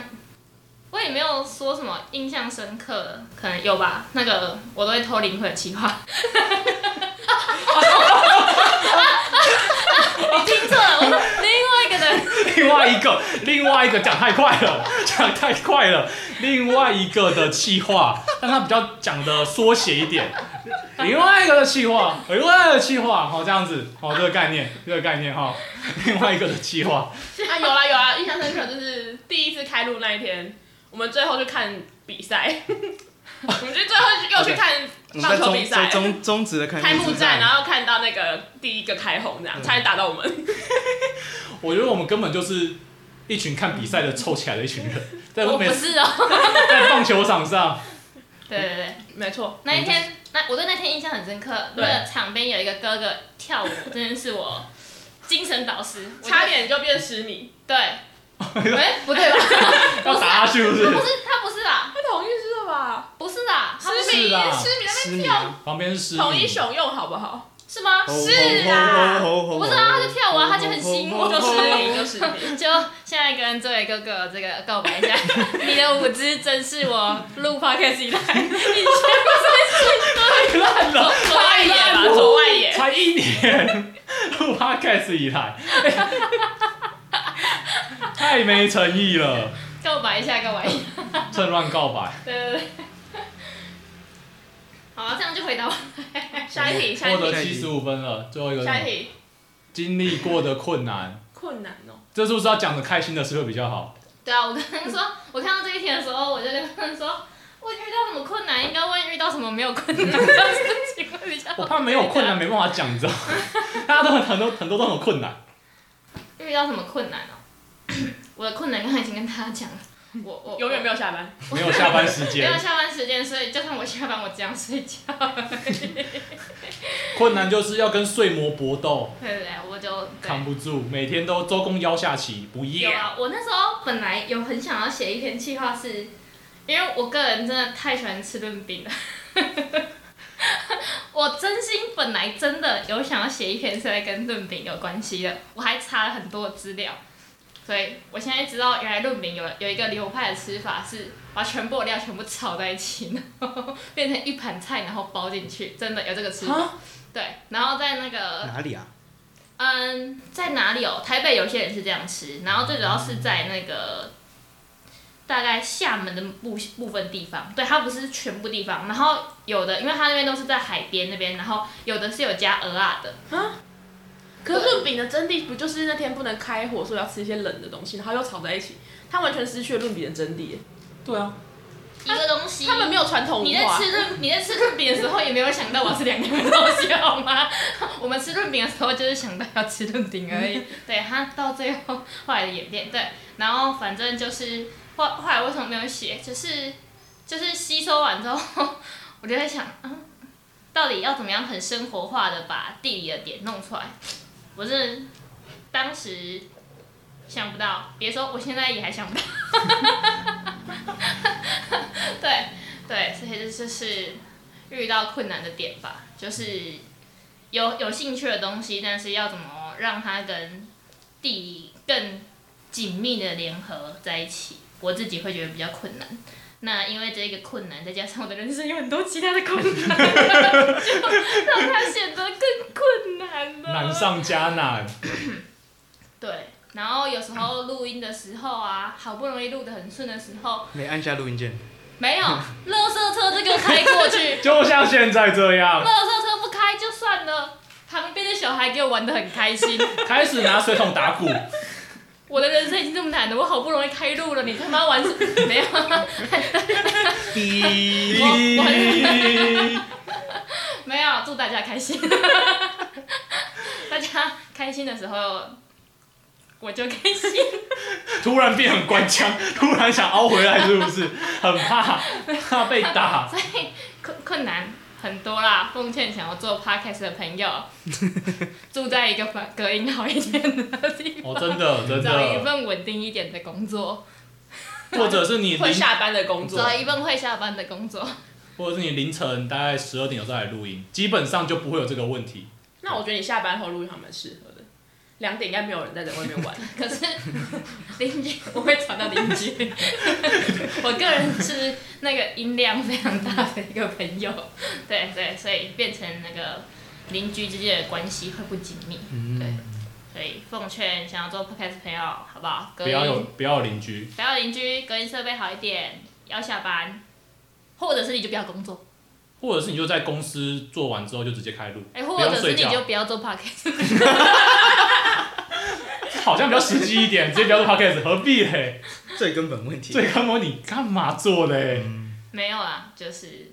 Speaker 3: 我也没有说什么印象深刻的，可能有吧。那个我都会偷林慧的计划。你听错 [LAUGHS] 了，我说另外一个人。
Speaker 2: 另外一个，另外一个讲太快了， [LAUGHS] 讲太快了，另外一个的气话，让他比较讲的缩写一点，另外一个的气化，另外一个气化，好这样子，好这个概念，这个概念哈，另外一个的气化，
Speaker 5: 啊，有啦有啦，印象深刻就是第一次开录那一天，我们最后去看比赛， [LAUGHS] 我们就最后又去看
Speaker 4: 我
Speaker 5: 棒
Speaker 4: 们哦在
Speaker 5: 球
Speaker 4: 中
Speaker 5: 比
Speaker 4: 在
Speaker 5: 赛。
Speaker 4: 中中职的开
Speaker 5: 开幕
Speaker 4: 之
Speaker 5: 战，然后看到那个第一个开红，
Speaker 4: 嗯
Speaker 5: 这样差点打到我们。
Speaker 2: 我觉得我们根本就是一群看比赛的凑起来的一群人，
Speaker 5: [LAUGHS]
Speaker 2: 在
Speaker 3: 我
Speaker 2: 每
Speaker 3: 不是哦。
Speaker 2: 在棒球场上，
Speaker 3: 对对对，
Speaker 5: 没错，
Speaker 3: 那一天，那我对那天印象很深刻。
Speaker 2: 嗯
Speaker 3: 那
Speaker 2: 对
Speaker 3: 个场边有一个哥哥跳舞，真的是我精神导师，我就
Speaker 5: 差点就变十米。
Speaker 3: 对。
Speaker 2: [LAUGHS]
Speaker 3: 哎，不对吧？
Speaker 2: 要打下去是不
Speaker 3: 他不
Speaker 2: 是？
Speaker 3: 是，他不是啦，
Speaker 5: 他同意是吧？
Speaker 3: 不是啦，他不
Speaker 5: 十
Speaker 3: 是
Speaker 5: 米，
Speaker 2: 是啦
Speaker 5: 十米那
Speaker 4: 十
Speaker 5: 边
Speaker 4: 米
Speaker 5: 跳，
Speaker 4: 啊，
Speaker 2: 旁边是失
Speaker 5: 统一
Speaker 2: 忆，
Speaker 5: 熊用好不好？
Speaker 3: 哎是吗？
Speaker 2: 哦
Speaker 5: 是啊
Speaker 4: 我
Speaker 3: 我不知道他就跳舞啊他就很吸引
Speaker 2: 哦
Speaker 3: 我
Speaker 5: 就十米，就
Speaker 4: 我
Speaker 5: 十 [LAUGHS] 米。
Speaker 3: 就现在跟这位哥哥这个告白一下， [LAUGHS] 你的舞姿真是我录 podcast
Speaker 2: [LAUGHS]
Speaker 3: 以来印象
Speaker 2: 太烂了，
Speaker 3: 左外野吧，
Speaker 4: 哦
Speaker 2: 了
Speaker 3: 左外野。
Speaker 2: 才一年录 podcast 以来，哎太没诚意了，
Speaker 3: 告白一下，告白一下。
Speaker 2: 趁乱告白。
Speaker 3: 对对 [LAUGHS] 对。好、啊，这样就回答完。
Speaker 5: 下一题，下一
Speaker 2: 获
Speaker 5: 题，
Speaker 2: 得七十五分了，最后一个是什
Speaker 5: 下一
Speaker 2: 么
Speaker 5: 题，
Speaker 2: 经历过的困
Speaker 4: 嗯
Speaker 2: 难，
Speaker 5: 困难哦。
Speaker 2: 这是不是要讲的开心的事会比较
Speaker 5: [LAUGHS]
Speaker 2: 好？
Speaker 3: 对啊，我刚
Speaker 2: [LAUGHS]
Speaker 3: 刚说，我看到这一题的时候，我就跟他们说，我遇到什么困难，应该问遇到什么没有困难的事情会比较
Speaker 2: 我
Speaker 3: 好。
Speaker 2: 怕没有困难没办法讲，你知道
Speaker 5: [LAUGHS]
Speaker 2: 吗？大家都很很多很多都很困难，
Speaker 3: 遇到什么困难哦？我的困难刚才已经跟大家讲了，我我
Speaker 5: 永远没有下班。
Speaker 2: 没有下班时
Speaker 3: 没
Speaker 5: [LAUGHS]
Speaker 3: 有
Speaker 2: 间，
Speaker 3: 下班时间，所以就算我下班，我只想睡觉。
Speaker 2: 困难就是要跟睡魔搏斗，
Speaker 3: 对对对，我就对。
Speaker 2: 扛不住，每天都周公腰下棋，不
Speaker 3: 有
Speaker 2: 夜。
Speaker 3: 啊，我那时候本来有很想要写一篇计划，是因为我个人真的太喜欢吃润饼了。 [LAUGHS] 我真心本来真的有想要写一篇是在跟润饼有关系的，我还查了很多资料，所以我现在知道原来润饼有有一个流派的吃法是把全部的料全部炒在一起， [LAUGHS] 然后变成一盘菜，然后包进去，真的有这个吃法。对，然后在那个
Speaker 4: 哪里啊？
Speaker 3: 嗯，在哪里哦？台北有些人是这样吃，然后最主要是在那个大概厦门的部部分地方，对，它不是全部地方。然后有的，因为它那边都是在海边那边，然后有的是有加鹅啊的，
Speaker 5: 可是润饼的真谛不就是那天不能开火，所以要吃一些冷的东西，然后又炒在一起，它完全失去了润饼的真谛耶。
Speaker 2: 对啊，
Speaker 3: 一个东西。
Speaker 5: 他们没有传统
Speaker 3: 你
Speaker 5: 文
Speaker 3: 在
Speaker 5: 化。
Speaker 3: 吃润你在吃润饼的时候也没有想到我是两个东西好吗？ [LAUGHS] 我们吃润饼的时候就是想到要吃润饼而已。对，它到最后后来的演变，对，然后反正就是后后来为什么没有写，就是就是吸收完之后，我就在想，嗯，到底要怎么样很生活化的把地理的点弄出来？我是当时想不到，别说我现在也还想不到。 [LAUGHS] 对，对，所以这就是遇到困难的点吧，就是有有兴趣的东西，但是要怎么让它跟地理更紧密的联合在一起，我自己会觉得比较困难。那因为这个困难，再加上我的人生有很多其他的困难，就让它显得更困难了。
Speaker 2: [LAUGHS] 难上加难。
Speaker 3: 对，然后有时候录音的时候啊，好不容易录得很顺的时候，
Speaker 4: 没按下录音键，
Speaker 3: 没有，垃圾车就给我开过去， [LAUGHS]
Speaker 2: 就像现在这样，
Speaker 3: 垃圾车不开就算了，旁边的小孩给我玩的很开心。
Speaker 2: 开始拿水桶
Speaker 3: [LAUGHS]
Speaker 2: 打鼓，
Speaker 3: 我的人生已经这么难了，我好不容易开路了，你他妈玩没有？ [LAUGHS]
Speaker 2: 咦
Speaker 3: 没有，祝大家开心。大家开心的时候，我就开心。
Speaker 2: [LAUGHS] 突然变很官腔， [LAUGHS] 突然想凹回来，是不
Speaker 3: [LAUGHS]
Speaker 2: 是？很怕怕被打，
Speaker 3: 所以困困难很多啦，奉劝想要做 podcast 的
Speaker 2: [LAUGHS]
Speaker 3: 朋友，住在一个隔隔音好一点的地方，
Speaker 2: 哦，真的
Speaker 3: [LAUGHS]
Speaker 2: 真
Speaker 3: 找一
Speaker 2: 的，
Speaker 3: 份稳定一点的工作，
Speaker 2: 或者是你
Speaker 5: 会
Speaker 2: 凌，
Speaker 5: 下班的工作
Speaker 3: 找，一份会下班的工作。 [LAUGHS]
Speaker 2: 或者是你凌晨大概十二点有时候来录音，基本上就不会有这个问题。
Speaker 5: 那我觉得你下班后录音还蛮适合的。两点应该没有人在这外面
Speaker 3: [LAUGHS]
Speaker 5: 玩，
Speaker 3: 可是邻居 [LAUGHS] 我会传到邻居，我个人是那个音量非常大的一个朋友，对对，所以变成那个邻居之间的关系会不紧密，
Speaker 2: 嗯
Speaker 3: 对，所以奉劝想要做 podcast 的朋友，好不好？隔
Speaker 2: 不
Speaker 3: 音
Speaker 2: 要有不要有邻居，
Speaker 3: 不要邻居，隔音设备好一点，要下班，或者是你就不要工作，
Speaker 2: 或者是你就在公司做完之后就直接开录，
Speaker 3: 哎、
Speaker 2: 不
Speaker 3: 或
Speaker 2: 要
Speaker 3: 者是
Speaker 2: 睡
Speaker 3: 你
Speaker 2: 觉
Speaker 3: 就不要做 podcast， [LAUGHS]
Speaker 2: 好像比较实际一点，直接聊做 podcast 何必嘞？
Speaker 4: 最根本问
Speaker 2: [LAUGHS]
Speaker 4: 题。
Speaker 2: 最坑我你干嘛做嘞？
Speaker 3: 没有啦，就是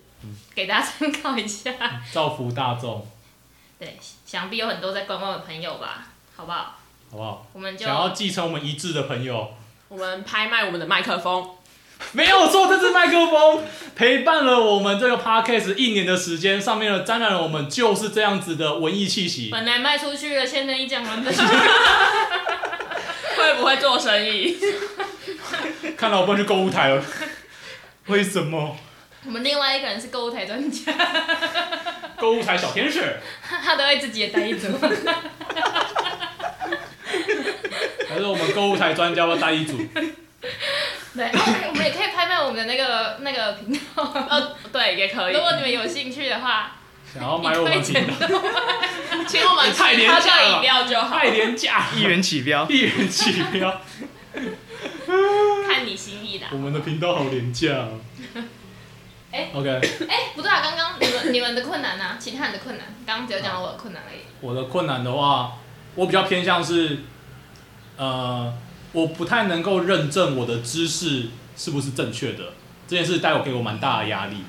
Speaker 3: 给大家参考一下。
Speaker 2: 造福大众，
Speaker 3: 对，想必有很多在观望的朋友吧，好不好？
Speaker 2: 好不好？
Speaker 3: 我们就
Speaker 2: 想要继承我们一致的朋友， [LAUGHS]
Speaker 5: 我们拍卖我们的麦克风，
Speaker 2: 没有错，这支麦克风陪伴了我们这个 podcast 一年的时间，上面的沾染了我们就是这样子的文艺气息。
Speaker 3: [LAUGHS] 本来卖出去了，现在一讲完本，
Speaker 5: 会不会做生意？ [LAUGHS]
Speaker 2: 看到我搬去购物台了， [LAUGHS] 为什么？
Speaker 3: [LAUGHS] 我们另外一个人是购物台专家， [LAUGHS]
Speaker 2: 购物台小天使，
Speaker 3: 他都会自己的单
Speaker 2: [LAUGHS]
Speaker 3: 一组。
Speaker 2: 还是我们购物台专家要带
Speaker 3: [LAUGHS]
Speaker 2: 一组？
Speaker 3: 对， [COUGHS] 哦我们也可以拍卖我们的那个那个频
Speaker 2: [LAUGHS]
Speaker 3: 道。哦
Speaker 5: 呃，对，也可以
Speaker 3: 如。果你们有兴趣的话，
Speaker 2: 想要
Speaker 3: 一
Speaker 2: 买我
Speaker 3: 块
Speaker 2: 们频
Speaker 3: 钱
Speaker 2: 道，
Speaker 3: 都
Speaker 5: 请我们
Speaker 2: 太廉价
Speaker 5: 喝
Speaker 2: 了
Speaker 5: 个饮料就好
Speaker 2: 太，廉价，
Speaker 4: 一元起标，
Speaker 2: 一元起标，
Speaker 3: 看你心意的
Speaker 2: 我。们的频道好廉价哦。
Speaker 3: [LAUGHS] 哎
Speaker 2: OK，
Speaker 3: 哎，不对啊，刚刚你们你们的困难啊， [LAUGHS] 其他人的困难，刚刚只有讲了我的困难而已。
Speaker 2: 我的困难的话，我比较偏向是，呃，我不太能够认证我的知识是不是正确的，这件事带我给我蛮大的压力。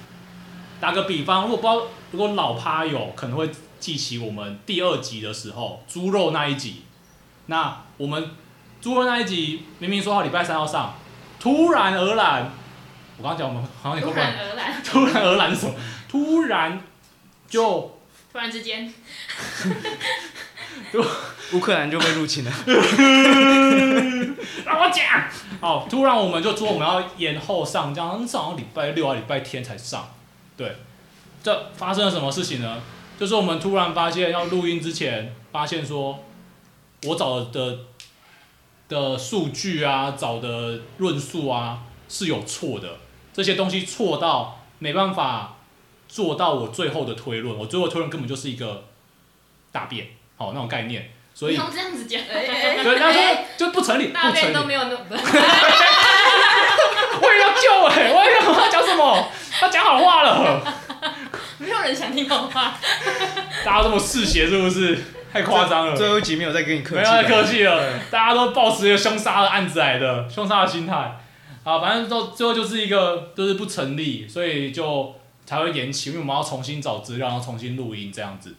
Speaker 2: 打个比方，如果不知道，如果老趴友可能会记起我们第二集的时候猪肉那一集，那我们猪肉那一集明明说好礼拜三要上，突然而然，我刚刚讲我们好
Speaker 4: 哎
Speaker 2: 像有点
Speaker 3: 突
Speaker 2: 混乱
Speaker 3: 然而来，
Speaker 2: 突然而然是什么？突然就
Speaker 3: 突然之间，
Speaker 4: 乌克兰就被入侵了。
Speaker 2: 让我讲。哦，突然我们就说我们要延后上，这样上好像礼拜六啊、礼拜天才上。对，这发生了什么事情呢？就是我们突然发现要录音之前，发现说我找的的数据啊、找的论述啊是有错的，这些东西错到没办法做到我最后的推论，我最后的推论根本就是一个大便，好那种概念，所
Speaker 3: 你
Speaker 2: 以
Speaker 3: 从这样子讲，
Speaker 5: 哎
Speaker 3: [LAUGHS]
Speaker 5: 哎
Speaker 2: 对，他说就不成立，不
Speaker 3: 大
Speaker 2: 成
Speaker 3: 便
Speaker 2: 立
Speaker 3: 都。没有那么。
Speaker 2: [LAUGHS] 我也要救哎、我也要他讲什么？他讲好话了，
Speaker 3: 没有人想听我话。
Speaker 2: 大家这么嗜血是不是？太夸张了，
Speaker 4: [LAUGHS] 最后一集没有啊再跟你客
Speaker 2: 没
Speaker 4: 气
Speaker 2: 有
Speaker 4: 的，
Speaker 2: 太客气了，大家都抱持一个凶杀的案子来的，凶杀的心态。啊，反正到最后就是一个就是不成立，所以就才会延期，因为我们要重新找资料，然后重新录音这样子。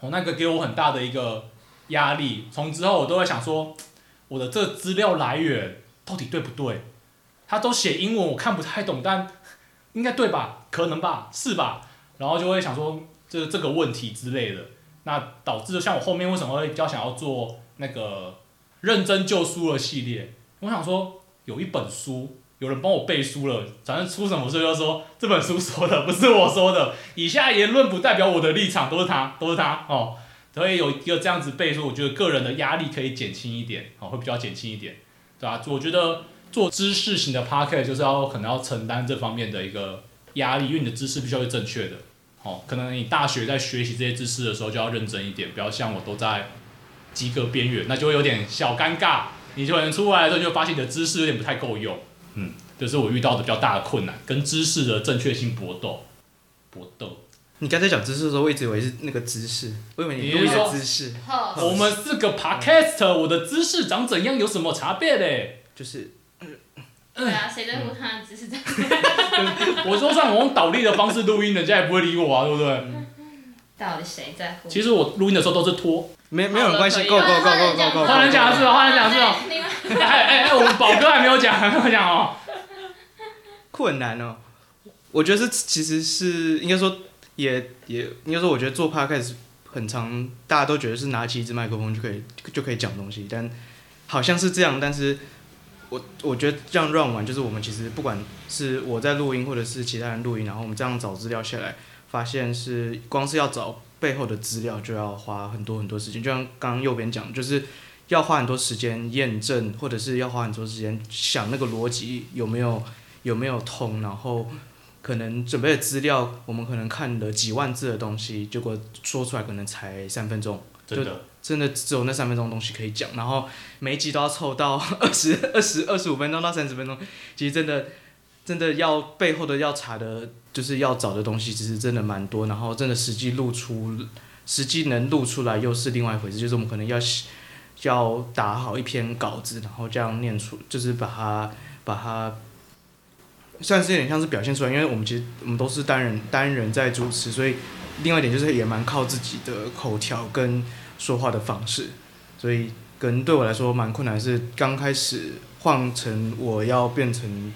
Speaker 2: 哦，那个给我很大的一个压力，从之后我都会想说，我的这资料来源到底对不对？他都写英文，我看不太懂，但应该对吧？可能吧？是吧？然后就会想说这这个问题之类的，那导致像我后面为什么会比较想要做那个认真救书的系列？我想说有一本书，有人帮我背书了，反正出什么事就说这本书说的不是我说的，以下言论不代表我的立场，都是他，都是他哦。 [LAUGHS] 所以有一个这样子背书，我觉得个人的压力可以减轻一点，哦，会比较减轻一点，对吧、我觉得做知识型的 p a r k e t 就是要可能要承担这方面的一个压力，因为你的知识必须要是正确的。哦，可能你大学在学习这些知识的时候就要认真一点，不要像我都在及格边缘，那就会有点小尴尬。你就可能出来的时候就会发现你的知识有点不太够用，嗯，这、是我遇到的比较大的困难，跟知识的正确性搏斗，搏斗。
Speaker 4: 你刚才讲知识的时候，我一直以为是那个姿势，我以为你
Speaker 2: 你
Speaker 4: 录音
Speaker 2: 是说
Speaker 4: 的姿势
Speaker 3: 好，
Speaker 2: 我们四个 podcast，我的知识长怎样有什么差别嘞？
Speaker 4: 就是
Speaker 3: 对啊，谁在乎他的知识？
Speaker 2: 我就算我用倒立的方式录音，人家也不会理我啊，对不对？
Speaker 3: 到底谁在乎？
Speaker 2: 其实我录音的时候都是拖。 [LAUGHS]
Speaker 4: 没没有人关心，够
Speaker 5: 好
Speaker 4: 够
Speaker 3: 了
Speaker 4: 够
Speaker 3: 可以啊
Speaker 4: 够够够，
Speaker 2: 换人讲是哦吧？换人讲是吧？
Speaker 3: 对，另外
Speaker 2: 哎哎哎，我们宝哥还没有讲，还没有讲哦。
Speaker 4: 困难哦。我觉得是其实是应该说也也应该说，我觉得做 podcast 很长，大家都觉得是拿起一支麦克风就可以就可以讲东西，但好像是这样，但是我我觉得这样乱玩，就是我们其实不管是我在录音，或者是其他人录音，然后我们这样找资料下来，发现是光是要找背后的资料就要花很多很多时间，就像刚刚右边讲，就是要花很多时间验证，或者是要花很多时间想那个逻辑有没有有没有通，然后可能准备的资料，我们可能看了几万字的东西，结果说出来可能才三分钟。
Speaker 2: 真的，
Speaker 4: 真的只有那三分钟东西可以讲，然 [LAUGHS] 后每一集都要凑到二十、二十、二十五分钟到三十分钟，其实真的真的要背后的要查的，就是要找的东西，其实真的蛮多。然后真的实际露出，实际能露出来又是另外一回事。就是我们可能要写要打好一篇稿子，然后这样念出，就是把它把它，算是有点像是表现出来。因为我们其实我们都是单人单人在主持，所以另外一点就是也蛮靠自己的口条跟说话的方式，所以可能对我来说蛮困难的是。刚开始换成我要变成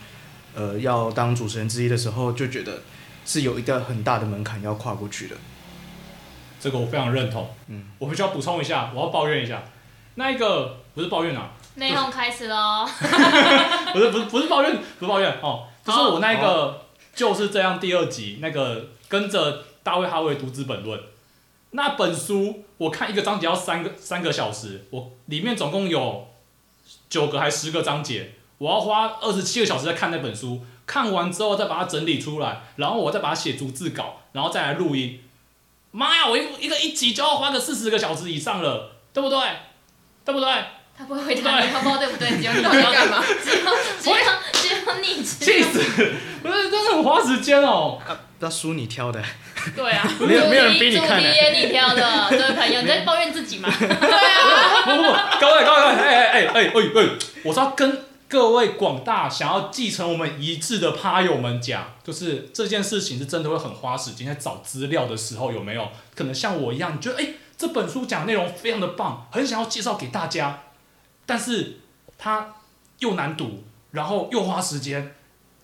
Speaker 4: 呃要当主持人之一的时候，就觉得是有一个很大的门槛要跨过去的。
Speaker 2: 这个我非常认同。嗯，我必须要补充一下，我要抱怨一下，那一个不是抱怨啊，
Speaker 3: 内讧开始喽。
Speaker 2: 不是不是不是抱怨，不是抱怨哦，就是我那个就是这样第二集那个跟着大卫哈维读《资本论》那本书，我看一个章节要三个三个小时，我里面总共有九个还十个章节，我要花二十七个小时在看那本书，看完之后再把它整理出来，然后我再把它写逐字稿，然后再来录音。妈呀，我一一个一集就要花个四十个小时以上了，对不对？对不对？
Speaker 3: 他不会回答你，他不知道对不对，只有你知道干 [LAUGHS] 嘛，只有只有只有你
Speaker 2: 气
Speaker 3: 知道。
Speaker 2: 死！ [LAUGHS] 不是，真的很花时间哦。
Speaker 4: 那书你挑的，
Speaker 5: 对啊，
Speaker 4: 没有没有人逼你
Speaker 3: 主
Speaker 4: 看
Speaker 3: 题
Speaker 4: 的、
Speaker 3: 也你挑的，各位朋
Speaker 4: [LAUGHS]
Speaker 3: 友，你在抱怨自己吗？啊
Speaker 2: 不不不，各位各位各位，哎哎哎哎哎哎，我是要跟各位广大想要继承我们遗志的趴友们讲，就是这件事情是真的会很花时间，在找资料的时候有没有可能像我一样，你觉得哎、这本书讲的内容非常的棒，很想要介绍给大家，但是它又难读，然后又花时间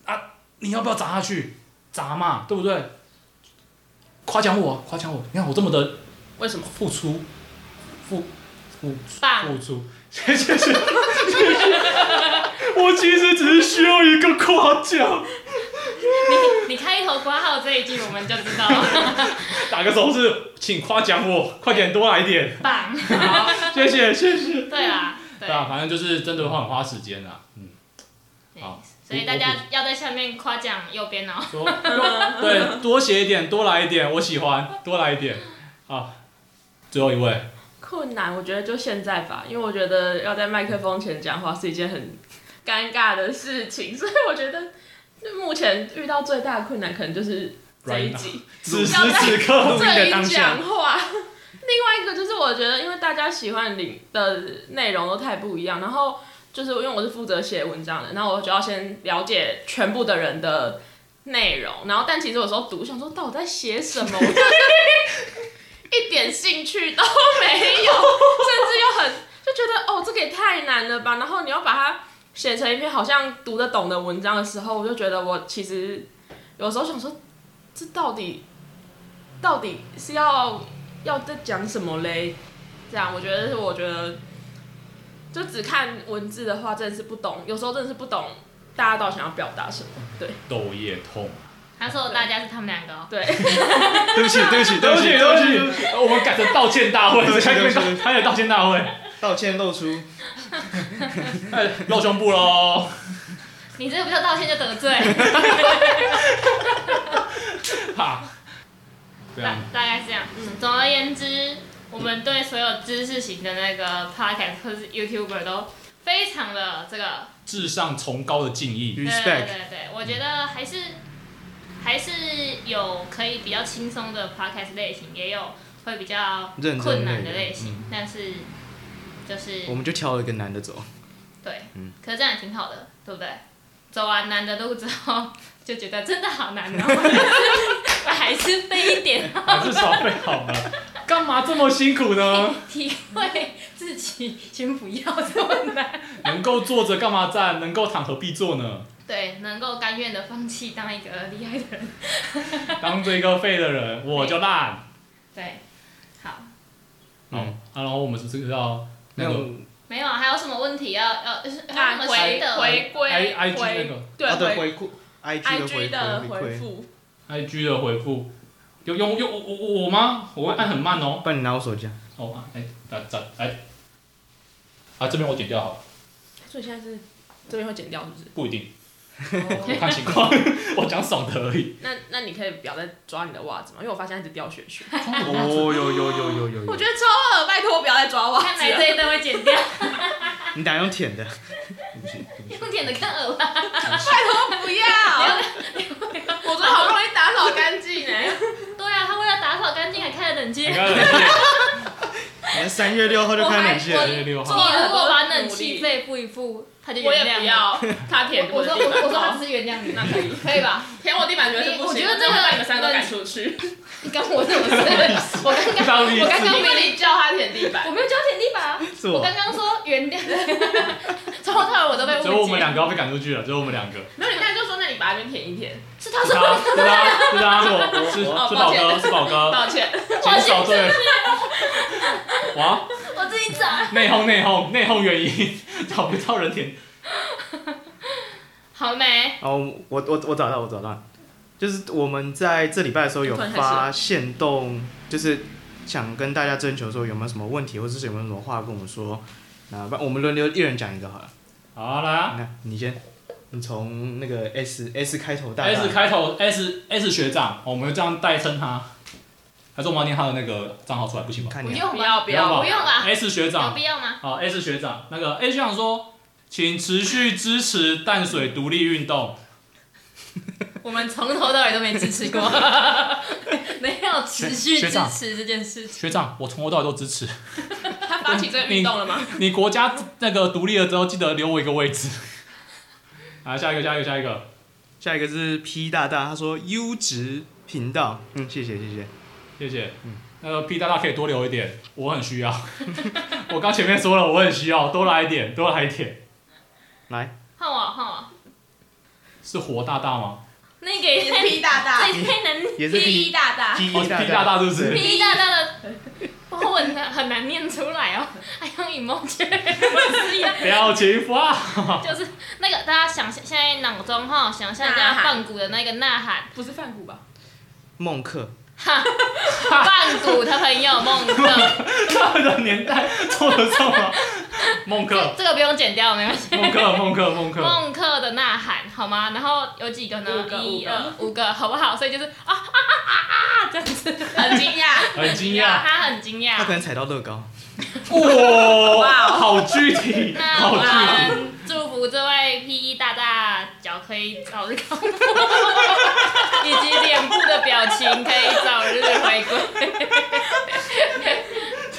Speaker 2: 啊，你要不要砸下去？砸嘛，对不对？夸奖我，夸奖我！你看我这么的
Speaker 5: 为什么？
Speaker 2: 付出，付付
Speaker 3: 棒
Speaker 2: 付出，谢谢谢谢。我其实只是需要一个夸奖，
Speaker 3: 你你开头挂号这一句，我们就知道了。
Speaker 2: 打个手势，请夸奖我，快点多来一点，
Speaker 3: 棒，
Speaker 2: 谢谢谢谢。
Speaker 3: 对啦，对
Speaker 2: 对啊，反正就是真的会很花时间啊。嗯，
Speaker 3: 对
Speaker 2: 好
Speaker 3: 所以大家要在下面夸奖右边
Speaker 4: [LAUGHS]
Speaker 3: 哦。
Speaker 2: 多对，多写一点，多来一点，我喜欢，多来一点。好，最后一位，
Speaker 5: 困难，我觉得就现在吧，因为我觉得要在麦克风前讲话是一件很尴尬的事情，所以我觉得就目前遇到最大的困难可能就是这一
Speaker 2: Right now
Speaker 5: 集
Speaker 2: 此时此刻， [LAUGHS]
Speaker 4: 录音的
Speaker 5: 这
Speaker 4: 当
Speaker 5: 里
Speaker 4: 下
Speaker 5: 讲话。另外一个就是我觉得，因为大家喜欢领的内容都太不一样，然后就是因为我是负责写文章的，然后我就要先了解全部的人的内容，然后但其实有时候读想说到底在写什么，我真的 [LAUGHS] 一点兴趣都
Speaker 3: 哎
Speaker 5: 没有，甚至又很就觉得哦这个也太难了吧，然后你要把它写成一篇好像读得懂的文章的时候，我就觉得我其实有时候想说这到底到底是要要在讲什么嘞？这样我觉得是我觉得就只看文字的话，真的是不懂，有时候真的是不懂大家到底想要表达什么，对。
Speaker 2: 豆叶痛。
Speaker 3: 他说大家是他们两个哦。
Speaker 5: 对，
Speaker 4: 对不起对不起
Speaker 2: 对
Speaker 4: 对
Speaker 2: 不
Speaker 4: 不
Speaker 2: 起，
Speaker 4: 起
Speaker 2: 对
Speaker 4: 对
Speaker 2: 不
Speaker 4: 不
Speaker 2: 起
Speaker 4: 起，，
Speaker 2: 我们改成道歉大会，
Speaker 4: 对不起
Speaker 2: 开
Speaker 4: 对不
Speaker 2: 个
Speaker 4: 起
Speaker 2: 道
Speaker 4: 对不
Speaker 2: 开个道歉大会，
Speaker 4: 道歉露出，
Speaker 2: 哎，露胸部喽。
Speaker 3: 你这不叫道歉就得
Speaker 4: [LAUGHS]
Speaker 3: 罪，
Speaker 2: 哈，对
Speaker 3: 大
Speaker 4: 嗯
Speaker 2: 啊，
Speaker 3: 大概是这样。总而言之，我们对所有知识型的那个 podcast 或是 YouTuber 都非常的这个
Speaker 2: 至上崇高的敬意。 [LAUGHS]
Speaker 3: 对对
Speaker 4: respect
Speaker 3: 对对，我觉得还是还是有可以比较轻松的 podcast 类型，也有会比较
Speaker 4: 认真
Speaker 3: 困难
Speaker 4: 类
Speaker 3: 的
Speaker 4: 的嗯
Speaker 3: 类型，但是就是
Speaker 4: 我们就挑了一个男的走。
Speaker 3: 对，
Speaker 4: 嗯
Speaker 3: 可是这样也挺好的，对不对？走完难的路之后， [LAUGHS] 就觉得真的好难哦，我还是背一点
Speaker 2: 还是少费好了，干嘛这么辛苦呢？
Speaker 3: 体会自己先不要这么难。
Speaker 2: 能够坐着干嘛站？能够躺何必坐呢？
Speaker 3: 对，能够甘愿的放弃当一个厉害的人。
Speaker 2: 当这个废的人，我就烂。
Speaker 3: 对，好，
Speaker 2: 哦、啊，然后我们是不是要那
Speaker 4: 那
Speaker 2: 个
Speaker 4: 种
Speaker 3: 没有，啊还有什么问题要要？
Speaker 5: 那
Speaker 3: 那
Speaker 5: 回回归
Speaker 2: I I G 那
Speaker 5: 回
Speaker 2: 个
Speaker 5: 对
Speaker 4: 他的啊
Speaker 5: 回
Speaker 4: 回顾，IG
Speaker 5: IG
Speaker 4: 的
Speaker 5: 的
Speaker 4: 回
Speaker 5: 回
Speaker 4: 馈。
Speaker 5: 复，
Speaker 2: I G 的回复，有用用我我我吗？我会按很慢哦。
Speaker 4: 帮你拿我手机
Speaker 5: [LAUGHS]
Speaker 4: 啊，
Speaker 2: 哦，啊哎，那咱哎，啊这边我剪掉好了，
Speaker 5: 所以现在是这边会剪掉是不是？
Speaker 2: 不一定，
Speaker 3: 哦 [LAUGHS]
Speaker 2: 我看情况， [LAUGHS] 我讲爽的而已。
Speaker 5: 那那你可以不要再抓你的袜子吗？因为我发现一直掉血血，
Speaker 4: 哦，有有有有有
Speaker 5: 我
Speaker 4: 有
Speaker 5: 觉，得超恶，拜托不要再抓袜
Speaker 3: 看
Speaker 5: 子
Speaker 3: 来
Speaker 5: 了。
Speaker 3: 这一段会剪掉，
Speaker 4: 你打用舔的，对不起，
Speaker 3: 用点的更恶吧。
Speaker 5: 拜托不要，
Speaker 3: 啊
Speaker 2: 开冷气，
Speaker 4: 你看三月六号就开冷气
Speaker 3: 我
Speaker 4: 了
Speaker 3: 还。
Speaker 2: 月六号。
Speaker 5: 做
Speaker 3: 你如果把冷气费付一付，他就
Speaker 5: 我
Speaker 3: 原
Speaker 5: 也
Speaker 3: 谅
Speaker 5: 不
Speaker 3: 你。
Speaker 5: 要他舔
Speaker 3: 我
Speaker 5: 我
Speaker 3: 说我
Speaker 5: 的地板
Speaker 3: 我说他
Speaker 5: 毛，
Speaker 3: 只是原谅你，
Speaker 5: 那可以
Speaker 3: 可以吧？
Speaker 5: 舔我地板绝对是不行，
Speaker 3: 我觉得这个
Speaker 5: 我会把你们三个赶出去。
Speaker 3: 你干我什么事？我刚刚
Speaker 2: 你
Speaker 3: 我刚刚
Speaker 5: 因
Speaker 3: 没
Speaker 5: 为你叫他舔地板
Speaker 3: 我，没有教舔地板啊，
Speaker 4: 是
Speaker 3: 我
Speaker 4: 我
Speaker 3: 刚刚说原谅，从头到尾我都被误解。
Speaker 2: 只有我们两个要被赶出去了，只有我们两个。
Speaker 5: 没有你刚才就说那你把那边舔一舔，
Speaker 3: 是他
Speaker 2: 是
Speaker 3: 说
Speaker 2: 他，是他，是他，
Speaker 4: 是我
Speaker 2: 是是
Speaker 4: 我
Speaker 2: 宝哥，是宝哥，
Speaker 5: 抱歉，
Speaker 2: 请找对。哇，
Speaker 3: 我自己找。
Speaker 2: 内讧内讧内讧原因，找不到人舔。
Speaker 3: 好没？
Speaker 4: 哦，我我我找到，我找到，就是我们在这礼拜的时候有
Speaker 5: 突然开始
Speaker 4: 发现动，就是想跟大家征求说有没有什么问题，或者是有没有什么话跟我们说。那不然我们轮流一人讲一个好了。
Speaker 2: 好，来啊
Speaker 4: 那你先，你从那个 S S 开头大
Speaker 2: ，S
Speaker 4: 大
Speaker 2: 开头 S S 学长，我们就这样代称他，还是我们要念他的那个账号出来不行吧
Speaker 4: 看
Speaker 3: 不
Speaker 4: 你啊
Speaker 3: 用
Speaker 5: 不
Speaker 3: 吧，
Speaker 5: 要不
Speaker 2: 不
Speaker 5: 要
Speaker 2: 要
Speaker 3: 不用吧，
Speaker 2: ？S 学
Speaker 3: 有
Speaker 2: 长，
Speaker 3: 必要吗？
Speaker 2: 好，S 学长，那个 S 学长说，请持续支持淡水独立运动。
Speaker 3: 我们从头到尾都没支持过，没有持续支持这件事情。
Speaker 2: 学长，我从头到尾都支持。
Speaker 5: 他发起这个运动了吗？
Speaker 2: 你国家那个独立了之后，记得留我一个位置。来，下一个，下一个，下一个。
Speaker 4: 下一个是 P 大大，他说优质频道，嗯，谢谢谢谢。
Speaker 2: 谢谢。那个 P 大大可以多留一点，我很需要。 [LAUGHS] 我刚前面说了，我很需要，多来一点，多来一点。
Speaker 4: 来，
Speaker 3: 换我，换我，
Speaker 2: 是活大大吗？
Speaker 3: 那个也太
Speaker 5: 屁大
Speaker 3: [LAUGHS]
Speaker 5: 大
Speaker 3: 这也太难，
Speaker 4: 也是
Speaker 3: P 大大
Speaker 4: P
Speaker 2: 哦，P 大大是不是 [LAUGHS]
Speaker 4: 对
Speaker 3: ，P 大大的，我很难很难念出来哦， [LAUGHS] 还用 emoji，我是一样
Speaker 2: 表情符 [LAUGHS] 号。
Speaker 3: 就是那个大家想象现在脑中哈，想象大家放鼓的那个呐喊，
Speaker 5: 不是饭骨吧？
Speaker 4: 孟克，
Speaker 3: 放鼓的朋友梦克，
Speaker 2: 那个年代做得到吗？孟克，
Speaker 3: [LAUGHS] 这个不用剪掉，没关系。
Speaker 2: 孟克，孟克，孟克。
Speaker 3: 孟克的呐喊，好吗？然后有几个呢？
Speaker 5: 五个
Speaker 3: 一
Speaker 5: 五个
Speaker 3: 二五个，好不好？所以就是啊啊啊啊啊这样子，
Speaker 5: [LAUGHS] 很惊讶，
Speaker 2: 很惊
Speaker 3: 有
Speaker 2: 讶，
Speaker 3: 他很惊
Speaker 4: 他可
Speaker 3: 讶。
Speaker 4: 能踩到乐高。
Speaker 2: 哇，
Speaker 5: 哇哦
Speaker 2: 好具
Speaker 5: [LAUGHS]
Speaker 2: 体，
Speaker 3: 那我
Speaker 2: 好具体。
Speaker 3: 们祝福这位 PE 大大脚可以早日康复，以及脸部的表情可以早日回归。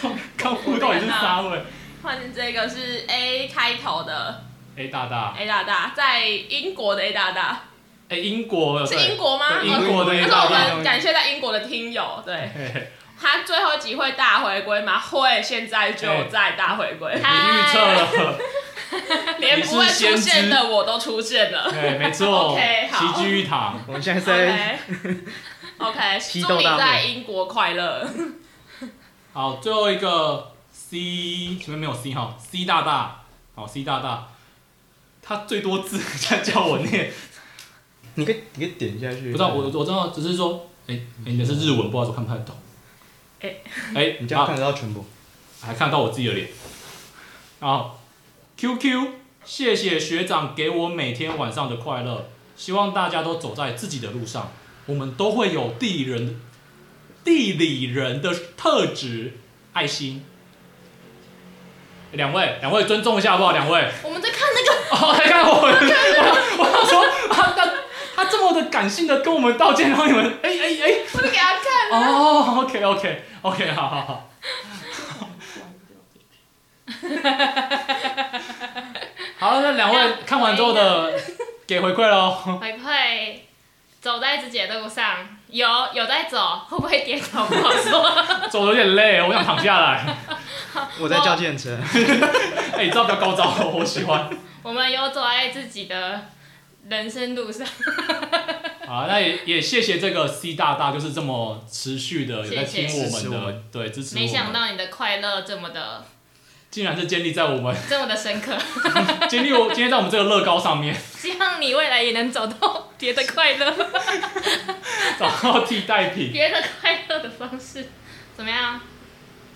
Speaker 2: [LAUGHS] 康复到底是啥位
Speaker 5: 换这个是 A 开头的
Speaker 2: ？A 哎大大，
Speaker 5: A 大大，在英国的 A 大大
Speaker 2: 哎，英国
Speaker 5: 是
Speaker 2: 对
Speaker 5: 英国吗？
Speaker 2: 对英国的
Speaker 5: 但
Speaker 2: A
Speaker 5: 是我
Speaker 2: 大大。
Speaker 5: 们感谢在英国的听友，对
Speaker 2: 嘿嘿
Speaker 5: 他最后几会大回归嘛，会现在就在大回归，
Speaker 2: 你预测了，
Speaker 5: 连不会出现
Speaker 2: 你是先
Speaker 5: 的我都出现了。
Speaker 2: 对，没错
Speaker 5: OK，，好
Speaker 2: 齐聚一堂。
Speaker 4: 我们现在是在
Speaker 5: OK OK，
Speaker 4: 批
Speaker 5: 祝
Speaker 4: 斗
Speaker 5: 你
Speaker 4: 大会
Speaker 5: 在英国快乐。
Speaker 2: 好，最后一个 C 前面没有 C 哈，C 大大，好 C 大大，他最多字，他叫我
Speaker 4: [LAUGHS]
Speaker 2: 念，
Speaker 4: 你可以你可以点下去。
Speaker 2: 不知道我我知道，只是说，哎、哎，你的是日文，不好意思，我看不太懂。
Speaker 5: 哎
Speaker 2: 哎，
Speaker 4: 你这样
Speaker 2: 啊
Speaker 4: 看，得到全部。
Speaker 2: 还看到我自己的脸。好，QQ，谢谢学长给我每天晚上的快乐，希望大家都走在自己的路上，我们都会有地人地理人的特质，爱心。两位，两位尊重一下好不好？两位， [LAUGHS]
Speaker 3: 我们在看那个，
Speaker 2: 哦，还看我，我我想说，啊，他他这么的感性的跟我们道歉，然后你们，哎哎哎，
Speaker 5: 我就给他看了。
Speaker 2: 哦，OK OK OK，好好
Speaker 3: [LAUGHS]
Speaker 2: 好。好，那两位看完之后的给回馈喽。
Speaker 3: 回馈走在自己的路上，有有在走，会不会跌倒不好说。
Speaker 2: 走的有点累，我想躺下来。
Speaker 4: 我在叫健身。
Speaker 2: 哎、你知道比较高招哦，我喜欢。
Speaker 3: 我们有走在自己的人生路上，
Speaker 2: 好，那也也谢谢这个 C 大大，就是这么持续的有在听我
Speaker 4: 谢
Speaker 2: 们的，
Speaker 4: 谢支持我们
Speaker 2: 对支持我
Speaker 3: 没
Speaker 2: 们。
Speaker 3: 想到你的快乐这么的
Speaker 2: 竟然是建立在我们
Speaker 3: 这么的深刻，
Speaker 2: 建立我今天在我们这个乐高上面
Speaker 3: 希望你未来也能找到别的快乐，
Speaker 2: 找到替代品。
Speaker 3: 别的快乐的方式，怎么样？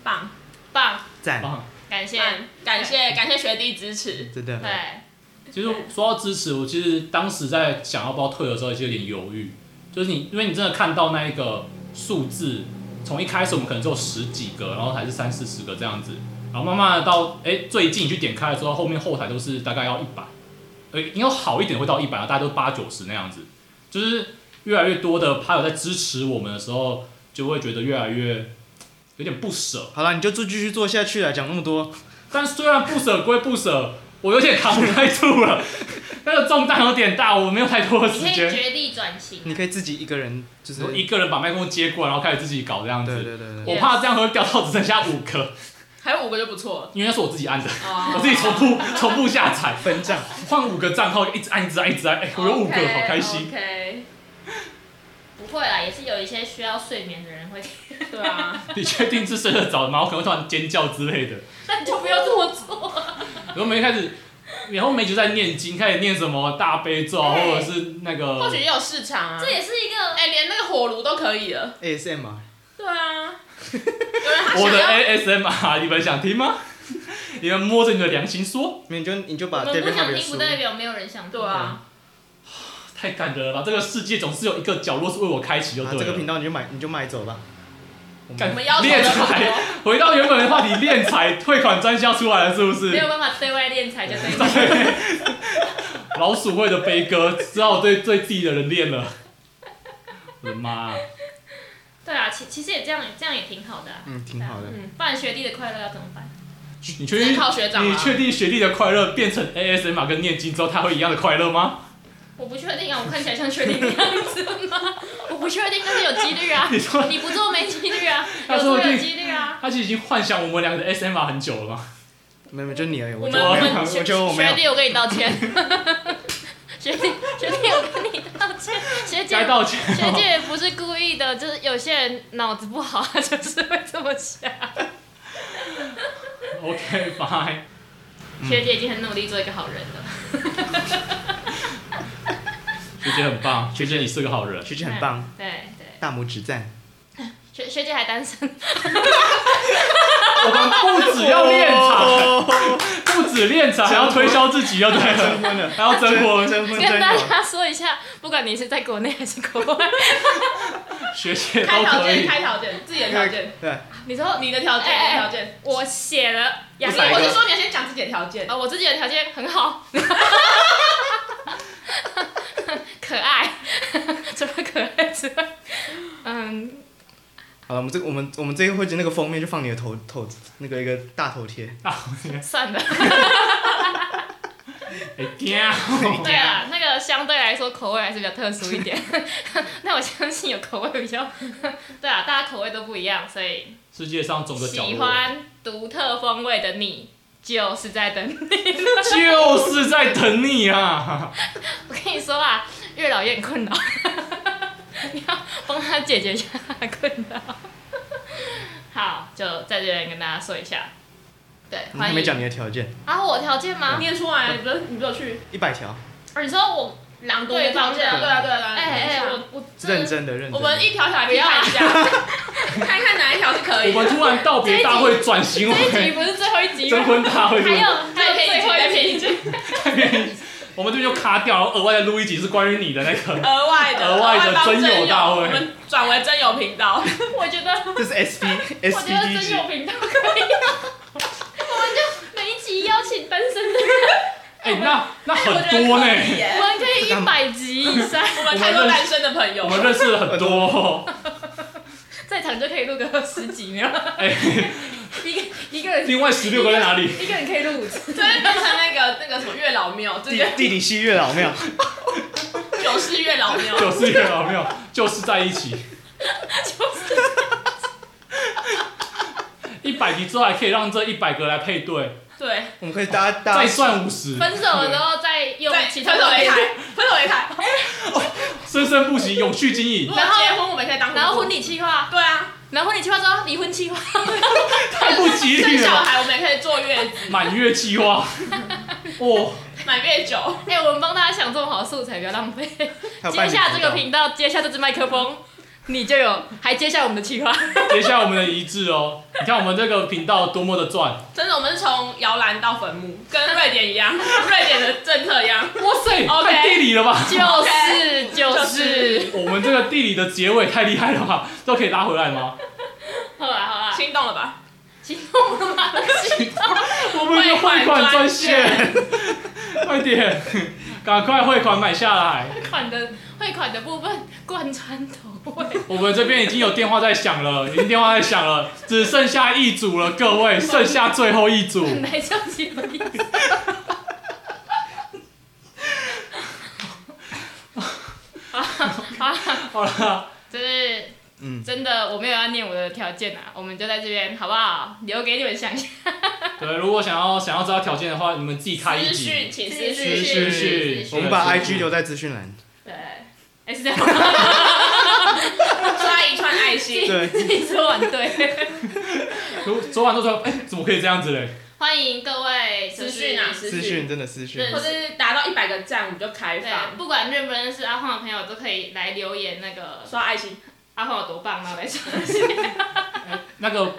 Speaker 5: 棒，
Speaker 3: [LAUGHS] 棒，
Speaker 4: 赞，
Speaker 2: 啊
Speaker 3: 哎感谢，
Speaker 5: 感感谢感谢学弟支持。
Speaker 4: 真的。
Speaker 3: 对，
Speaker 2: 其实说到支持，我其实当时在想要不要退的时候，其实有点犹豫，就是你，因为你真的看到那一个数字，从一开始我们可能只有十几个，然后还是三四十个这样子，然后慢慢的到哎最近你去点开的时候，后面后台都是大概要一百，呃，应该好一点会到一百，啊大概都八九十那样子，就是越来越多的趴友在支持我们的时候，就会觉得越来越有点不舍。
Speaker 4: 好了，你就继续做下去了，讲那么多，
Speaker 3: 啊
Speaker 2: 但虽然不舍归不舍，我有点扛不太住了，那个重担有点大，我没有太多的时
Speaker 3: 你可以
Speaker 2: 间。
Speaker 3: 绝地转型
Speaker 4: 你
Speaker 3: 啊，
Speaker 4: 可以自己一个人，就是
Speaker 2: 我一个人把麦克风接过来，然后开始自己搞这样
Speaker 4: 对
Speaker 2: 子。
Speaker 4: 对对对，
Speaker 2: 我怕这样会掉到只剩下五个，
Speaker 5: 还有五个就不错了。
Speaker 2: 因为那是我自己按的， [LAUGHS]
Speaker 5: 哦
Speaker 2: 我自己重复重复下载，
Speaker 4: 分账，
Speaker 2: 换五个账号，一直按一直按一直按，哎、我有五个，好开心。
Speaker 5: OK，
Speaker 3: 不会啦，也是有一些需要睡眠的人会，
Speaker 5: 对啊，
Speaker 2: 你确定是睡得着吗？我可能会突然尖叫之类的。
Speaker 3: [LAUGHS] 那你就不要这么做。
Speaker 2: 然后我们一开始，然后我们就在念经，开始念什么大悲咒啊，
Speaker 3: 对
Speaker 2: 或者是那
Speaker 5: 或
Speaker 2: 个
Speaker 5: 许也有市场
Speaker 3: [LAUGHS]
Speaker 5: 啊
Speaker 3: 哦这。也是一个，
Speaker 5: 哎，连那个火炉都可以了。
Speaker 4: ASM 啊，
Speaker 5: 对啊，有人他
Speaker 2: 我
Speaker 5: 啊想
Speaker 2: 的哎
Speaker 5: 要，
Speaker 2: ASMR，你们想听吗？ [LAUGHS] 你们摸着你的良心说，
Speaker 4: 你就你就
Speaker 3: 我
Speaker 4: 把
Speaker 3: 们
Speaker 4: David
Speaker 3: 不
Speaker 4: h a
Speaker 3: 想
Speaker 4: r
Speaker 3: 听，不
Speaker 4: 书，
Speaker 3: 代啊表没有人想听。
Speaker 5: 对啊，
Speaker 2: 太感人了吧！这个世界总是有一个角落是为我开启，就
Speaker 4: 啊
Speaker 2: 对了。
Speaker 4: 这个频道你就买你就买走吧，我
Speaker 2: 干
Speaker 5: 我
Speaker 4: 们
Speaker 5: 们要求
Speaker 2: 敛
Speaker 5: 的很
Speaker 2: 财，
Speaker 5: 多，
Speaker 2: [LAUGHS] 回到原本的话题，敛财退款专销出来了，是不
Speaker 3: 没有
Speaker 2: 是？
Speaker 3: 办法对外敛财就对了。
Speaker 2: 对， [LAUGHS] 老鼠会的悲歌，知道我对对自己的人练了。我的妈、啊！
Speaker 3: 对啊，其其实也这样，这样也挺好的啊。
Speaker 4: 嗯，挺好的，
Speaker 5: 嗯，
Speaker 3: 不然学弟的快乐要怎么办？
Speaker 2: 你确
Speaker 5: 只能
Speaker 2: 定
Speaker 5: 靠学长
Speaker 2: 你
Speaker 5: 啊。
Speaker 2: 确定学弟的快乐变成 ASMR 跟念经之后，他会一样的快乐吗？
Speaker 3: 我不确定啊，我看起来像确定的样子吗？ [LAUGHS] 我不确定，但是有几率啊。
Speaker 2: 你说
Speaker 3: 你不做没几率 [LAUGHS] 啊，
Speaker 2: 他
Speaker 3: 有
Speaker 2: 说
Speaker 3: 做
Speaker 2: 不定
Speaker 3: 有几率啊。
Speaker 2: 他其实已经幻想我们两个的 ASMR 很久了吗？
Speaker 4: 没有没有，就你而已，我
Speaker 3: 我
Speaker 4: 就
Speaker 3: 们我
Speaker 4: 没有，
Speaker 3: 们
Speaker 4: 我
Speaker 3: 学
Speaker 4: 就我没
Speaker 3: 学
Speaker 4: 有，
Speaker 3: 弟，我跟你道歉。 [LAUGHS] 学弟学弟，我跟你道歉。学姐
Speaker 2: 该道歉哦
Speaker 3: 学
Speaker 2: 了。
Speaker 3: 姐不是故意的，就是有些人脑子不好， [LAUGHS] 他就是会这么想。
Speaker 2: [LAUGHS] OK fine，
Speaker 3: 学姐已经很努力做一个好人了。
Speaker 2: 学姐很棒，学姐你是个好 [LAUGHS] 人。
Speaker 4: 学姐很棒，
Speaker 3: 对对，
Speaker 4: 大拇指赞，
Speaker 3: 学学姐还单身，
Speaker 2: 我们不只要练
Speaker 4: 哦
Speaker 2: 财，不止练财，还要推销自己，就对了，
Speaker 4: 真的，
Speaker 2: [LAUGHS] 还要哦征婚。
Speaker 4: 征婚
Speaker 3: 跟
Speaker 4: 真
Speaker 3: 大
Speaker 4: 有。
Speaker 3: 家说一下，不管你是在国内还是国外， [LAUGHS]
Speaker 2: 学姐
Speaker 5: 开
Speaker 2: 都
Speaker 5: 条
Speaker 2: 可
Speaker 5: 件，
Speaker 2: 以。
Speaker 5: 开条件，自己的条件，
Speaker 4: [LAUGHS] 对，
Speaker 3: 你说
Speaker 5: 你的条件，
Speaker 3: 哎
Speaker 5: 你
Speaker 3: 哎
Speaker 5: 的
Speaker 3: 哎
Speaker 5: 条件。
Speaker 3: 我写了
Speaker 5: 我
Speaker 3: 雅
Speaker 5: 是
Speaker 3: 思，
Speaker 4: 百个
Speaker 5: 我是说你要先讲自己的条件。
Speaker 3: 呃，我自己的条件很好， [LAUGHS] 可爱， [LAUGHS] 除了可爱之外，嗯，
Speaker 4: 好了，我们这个我们我们这个会集那个封面就放你的头头那个一个大头贴，
Speaker 3: 算了。
Speaker 2: 哎呀，
Speaker 3: 对啊，那个相对来说口味还是比较特殊一点。 [LAUGHS] 那我相信有口味比较， [LAUGHS] 对啊，大家口味都不一样，所以
Speaker 2: 世界上总个角
Speaker 3: 喜
Speaker 2: 落，
Speaker 3: 欢独特风味的你，就是在等你。 [LAUGHS]
Speaker 2: 就是在等你啊！
Speaker 3: 我跟你说啊，月老也很困扰， [LAUGHS] 你要帮他解决一下他的困扰。 [LAUGHS] 好，就在这边跟大家说一下，对，
Speaker 4: 你
Speaker 3: 欢
Speaker 4: 嗯还没讲
Speaker 3: 迎。
Speaker 4: 你的条件，
Speaker 3: 啊，我有条件吗？
Speaker 5: 念出来，你不是你不是有去
Speaker 4: 一百条，
Speaker 3: 哦你说我，
Speaker 5: 朗
Speaker 3: 读
Speaker 5: 对
Speaker 3: 方
Speaker 5: 方
Speaker 3: 面
Speaker 5: 向？对啊对啊对啊。
Speaker 3: 哎哎，啊
Speaker 5: 我
Speaker 3: 嗯我我
Speaker 4: 认真的认真的。
Speaker 5: 我们一条条来批判一下，
Speaker 3: [LAUGHS]
Speaker 5: 看看哪一条是
Speaker 2: [LAUGHS]
Speaker 5: 可
Speaker 2: 我
Speaker 5: 以的。
Speaker 2: 们突然道别大会转型
Speaker 3: 这一集
Speaker 2: 为
Speaker 3: 不是最后一
Speaker 2: [LAUGHS]
Speaker 3: 集
Speaker 2: 征
Speaker 3: 吗？
Speaker 2: 婚大会，
Speaker 3: 还有还
Speaker 5: 再
Speaker 3: 有
Speaker 5: 骗
Speaker 3: 最后
Speaker 5: 一
Speaker 3: 一
Speaker 5: 集，
Speaker 3: 集
Speaker 5: 再。骗一集，
Speaker 2: 我们这边就卡掉，然后额外再录一集是关于你的那
Speaker 3: [LAUGHS]
Speaker 2: 个。
Speaker 5: 额外的
Speaker 2: 额外的
Speaker 5: 帮
Speaker 2: 真友大会
Speaker 5: 我们转为真友频道。
Speaker 3: [LAUGHS] 我觉得，
Speaker 4: 这是 S
Speaker 3: [LAUGHS]
Speaker 4: P
Speaker 3: 我觉
Speaker 4: S P
Speaker 3: 得
Speaker 4: D
Speaker 3: 真
Speaker 4: G
Speaker 3: 有。频道可以。我们就每一集邀请单身的人，
Speaker 2: 哎，那那
Speaker 5: 我觉
Speaker 2: 很
Speaker 5: 得
Speaker 2: 多呢
Speaker 5: 可，以耶
Speaker 3: 我们可以一百集以上，
Speaker 5: 我们太多单身的朋友
Speaker 2: 我，们认识了很多。
Speaker 3: [LAUGHS] 在场就可以录个十集，没有？
Speaker 2: 哎，
Speaker 3: 一个 [LAUGHS] 一个人，
Speaker 2: 另外十六个在哪里？
Speaker 3: 一个人可以录五次。
Speaker 5: 真的变成那个那个什么月老庙，这
Speaker 4: 地
Speaker 5: 个
Speaker 4: 地理系月啊老庙，
Speaker 5: 九世月老庙。
Speaker 2: 就是月老庙，就是在一
Speaker 5: [LAUGHS]
Speaker 2: 起。一百集之后还可以让这一百个来配对，
Speaker 5: 对，
Speaker 4: 我们可以搭
Speaker 5: 啊
Speaker 4: 搭
Speaker 2: 再算五十，
Speaker 3: 分手了之后再用
Speaker 5: 在
Speaker 3: 其
Speaker 5: 分
Speaker 3: 他
Speaker 5: 手擂
Speaker 3: 的
Speaker 5: 台，分手擂台。
Speaker 2: 生生不息，永续经
Speaker 5: 如
Speaker 2: 营。
Speaker 5: 果结婚，我们可以当
Speaker 3: 然后
Speaker 5: 夫
Speaker 3: 婚
Speaker 5: 妻
Speaker 3: 礼计划，
Speaker 5: 对啊，
Speaker 3: 然后婚礼计划之后离婚 [LAUGHS] 计划，
Speaker 2: 太不吉
Speaker 5: 生
Speaker 2: 利
Speaker 5: 小
Speaker 2: 了。
Speaker 5: 孩我们也可以坐月子，
Speaker 2: 满月计划，哦，
Speaker 5: 满月酒。
Speaker 3: 哎，我们帮大家想这么好的素材，不要浪费。
Speaker 4: 还有
Speaker 3: 接
Speaker 4: 伴侣
Speaker 3: 下这个
Speaker 4: 频
Speaker 3: 频道，接下这支麦克风，你就有，还接下我们的计 [LAUGHS] 划。
Speaker 2: 接下来我们的一致哦。你看我们这个频道多么的赚，
Speaker 5: 真的，我们是从摇篮到坟墓，跟瑞典一
Speaker 3: [LAUGHS]
Speaker 5: 样，瑞典的政策一样。
Speaker 2: 哇塞，
Speaker 5: OK
Speaker 2: 哎太地理了吧！
Speaker 3: [LAUGHS] 就是就是，
Speaker 2: 我们这个地理的结尾太厉害了吧？都可以拉回来吗？
Speaker 3: 好啊啦好啦，
Speaker 5: 心动了吧？
Speaker 3: 行动了吗？行动。
Speaker 2: [LAUGHS] 我们就汇款专线，快点！赶快汇款买下来。
Speaker 3: 汇款的汇款的部分贯穿头 [LAUGHS] 尾，
Speaker 2: 我们这边已经有电话在响了，已经电话在响了，只剩下一组了，各位，剩下最后一组。
Speaker 3: 本来就只有一次。好啦
Speaker 2: 好了，
Speaker 3: 就是
Speaker 4: 嗯，
Speaker 3: 真的，我没有要念我的条件啊，我们就在这边好不好？留给你们想想。
Speaker 2: 对，如果想要想要知道条件的话，你们自己开一
Speaker 5: 私
Speaker 2: 集
Speaker 5: 讯，。请
Speaker 2: 私
Speaker 5: 私讯。
Speaker 2: 讯
Speaker 3: 是
Speaker 4: 我们把 IG 留在资讯栏。
Speaker 3: 对，哎是这样吗，
Speaker 5: 刷一串爱心。
Speaker 4: 对，
Speaker 3: 自己说完对。
Speaker 2: 如昨晚都说，哎、怎么可以这样子嘞？
Speaker 3: [LAUGHS] 欢迎各位
Speaker 5: 私讯啊，，私
Speaker 4: 资讯真的私讯
Speaker 3: 对。
Speaker 5: 或者是达到一百个赞，我们就开
Speaker 3: 对，
Speaker 5: 放
Speaker 3: 不管认不认识阿晃的朋友都可以来留言那个
Speaker 5: 刷爱心。
Speaker 3: 阿晃有多棒，然后来 [LAUGHS] 说
Speaker 2: 那个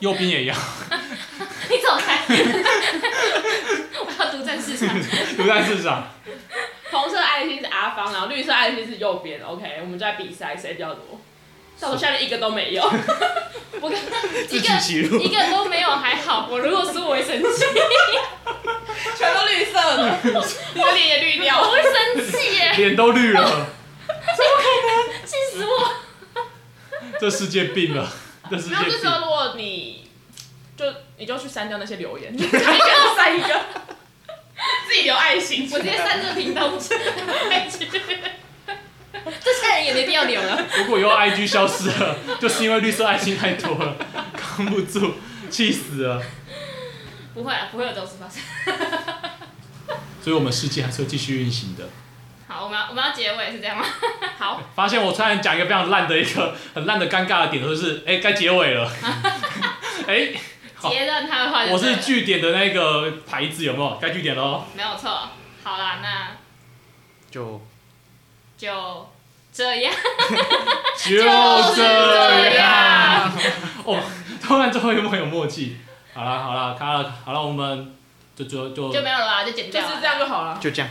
Speaker 2: 右边也一样，
Speaker 3: 你走 [LAUGHS] 开，我要独占市 [LAUGHS] 场。
Speaker 2: 不在市场。
Speaker 5: 红色爱心是阿芳，然后绿色爱心是右边。OK，我们就在比赛谁比较多。但我现在一个都没有，
Speaker 3: 我刚
Speaker 4: 自
Speaker 3: 一
Speaker 4: 取其
Speaker 3: 个
Speaker 4: 辱
Speaker 3: 一个都没有还好， [LAUGHS] 我 [LAUGHS] 如果输我会生气，
Speaker 5: 全都绿色的，你的脸也绿 [LAUGHS] 掉
Speaker 3: [LAUGHS] 我
Speaker 5: 了。
Speaker 3: 会生气耶，
Speaker 2: 脸都绿了，
Speaker 3: 气死我！
Speaker 2: 这世界病
Speaker 5: [LAUGHS]
Speaker 2: 了，这世界
Speaker 5: 没有，这时
Speaker 2: 病。
Speaker 5: 候如果你就你就去删掉那些留 [LAUGHS] 言，一个删一个，自己留爱心。
Speaker 3: [LAUGHS] 我直接删这个频道，我真的太气了这些人也没必要留了。
Speaker 2: 如果以后 IG 消失了， [LAUGHS] 就是因为绿色爱心太多了，扛不住，气死了。
Speaker 3: 不会啊，不会有这种事发生。
Speaker 2: 所以我们世界还是会继续运行的。
Speaker 3: 好，我们要我们要结尾是这样吗？
Speaker 5: 好，
Speaker 2: 发现我突然讲一个非常烂的一个很烂的尴尬的点，就是哎该、结尾了， [LAUGHS] 哎、好
Speaker 3: 截断他的话就
Speaker 2: 我
Speaker 3: 对
Speaker 2: 是
Speaker 3: 了
Speaker 2: 据点的那个牌子有没有？该据点喽。
Speaker 3: 没有错。好啦，那
Speaker 4: 就
Speaker 3: 就这样。
Speaker 2: 就
Speaker 3: 这
Speaker 2: 这
Speaker 3: 样
Speaker 2: 样。哦，突然最后一幕有默契。好了好了，卡了好了，我们就就就
Speaker 3: 就没有了啊，就剪
Speaker 5: 就
Speaker 3: 掉
Speaker 5: 是
Speaker 3: 啊。
Speaker 5: 这样就好了。
Speaker 4: 就这样，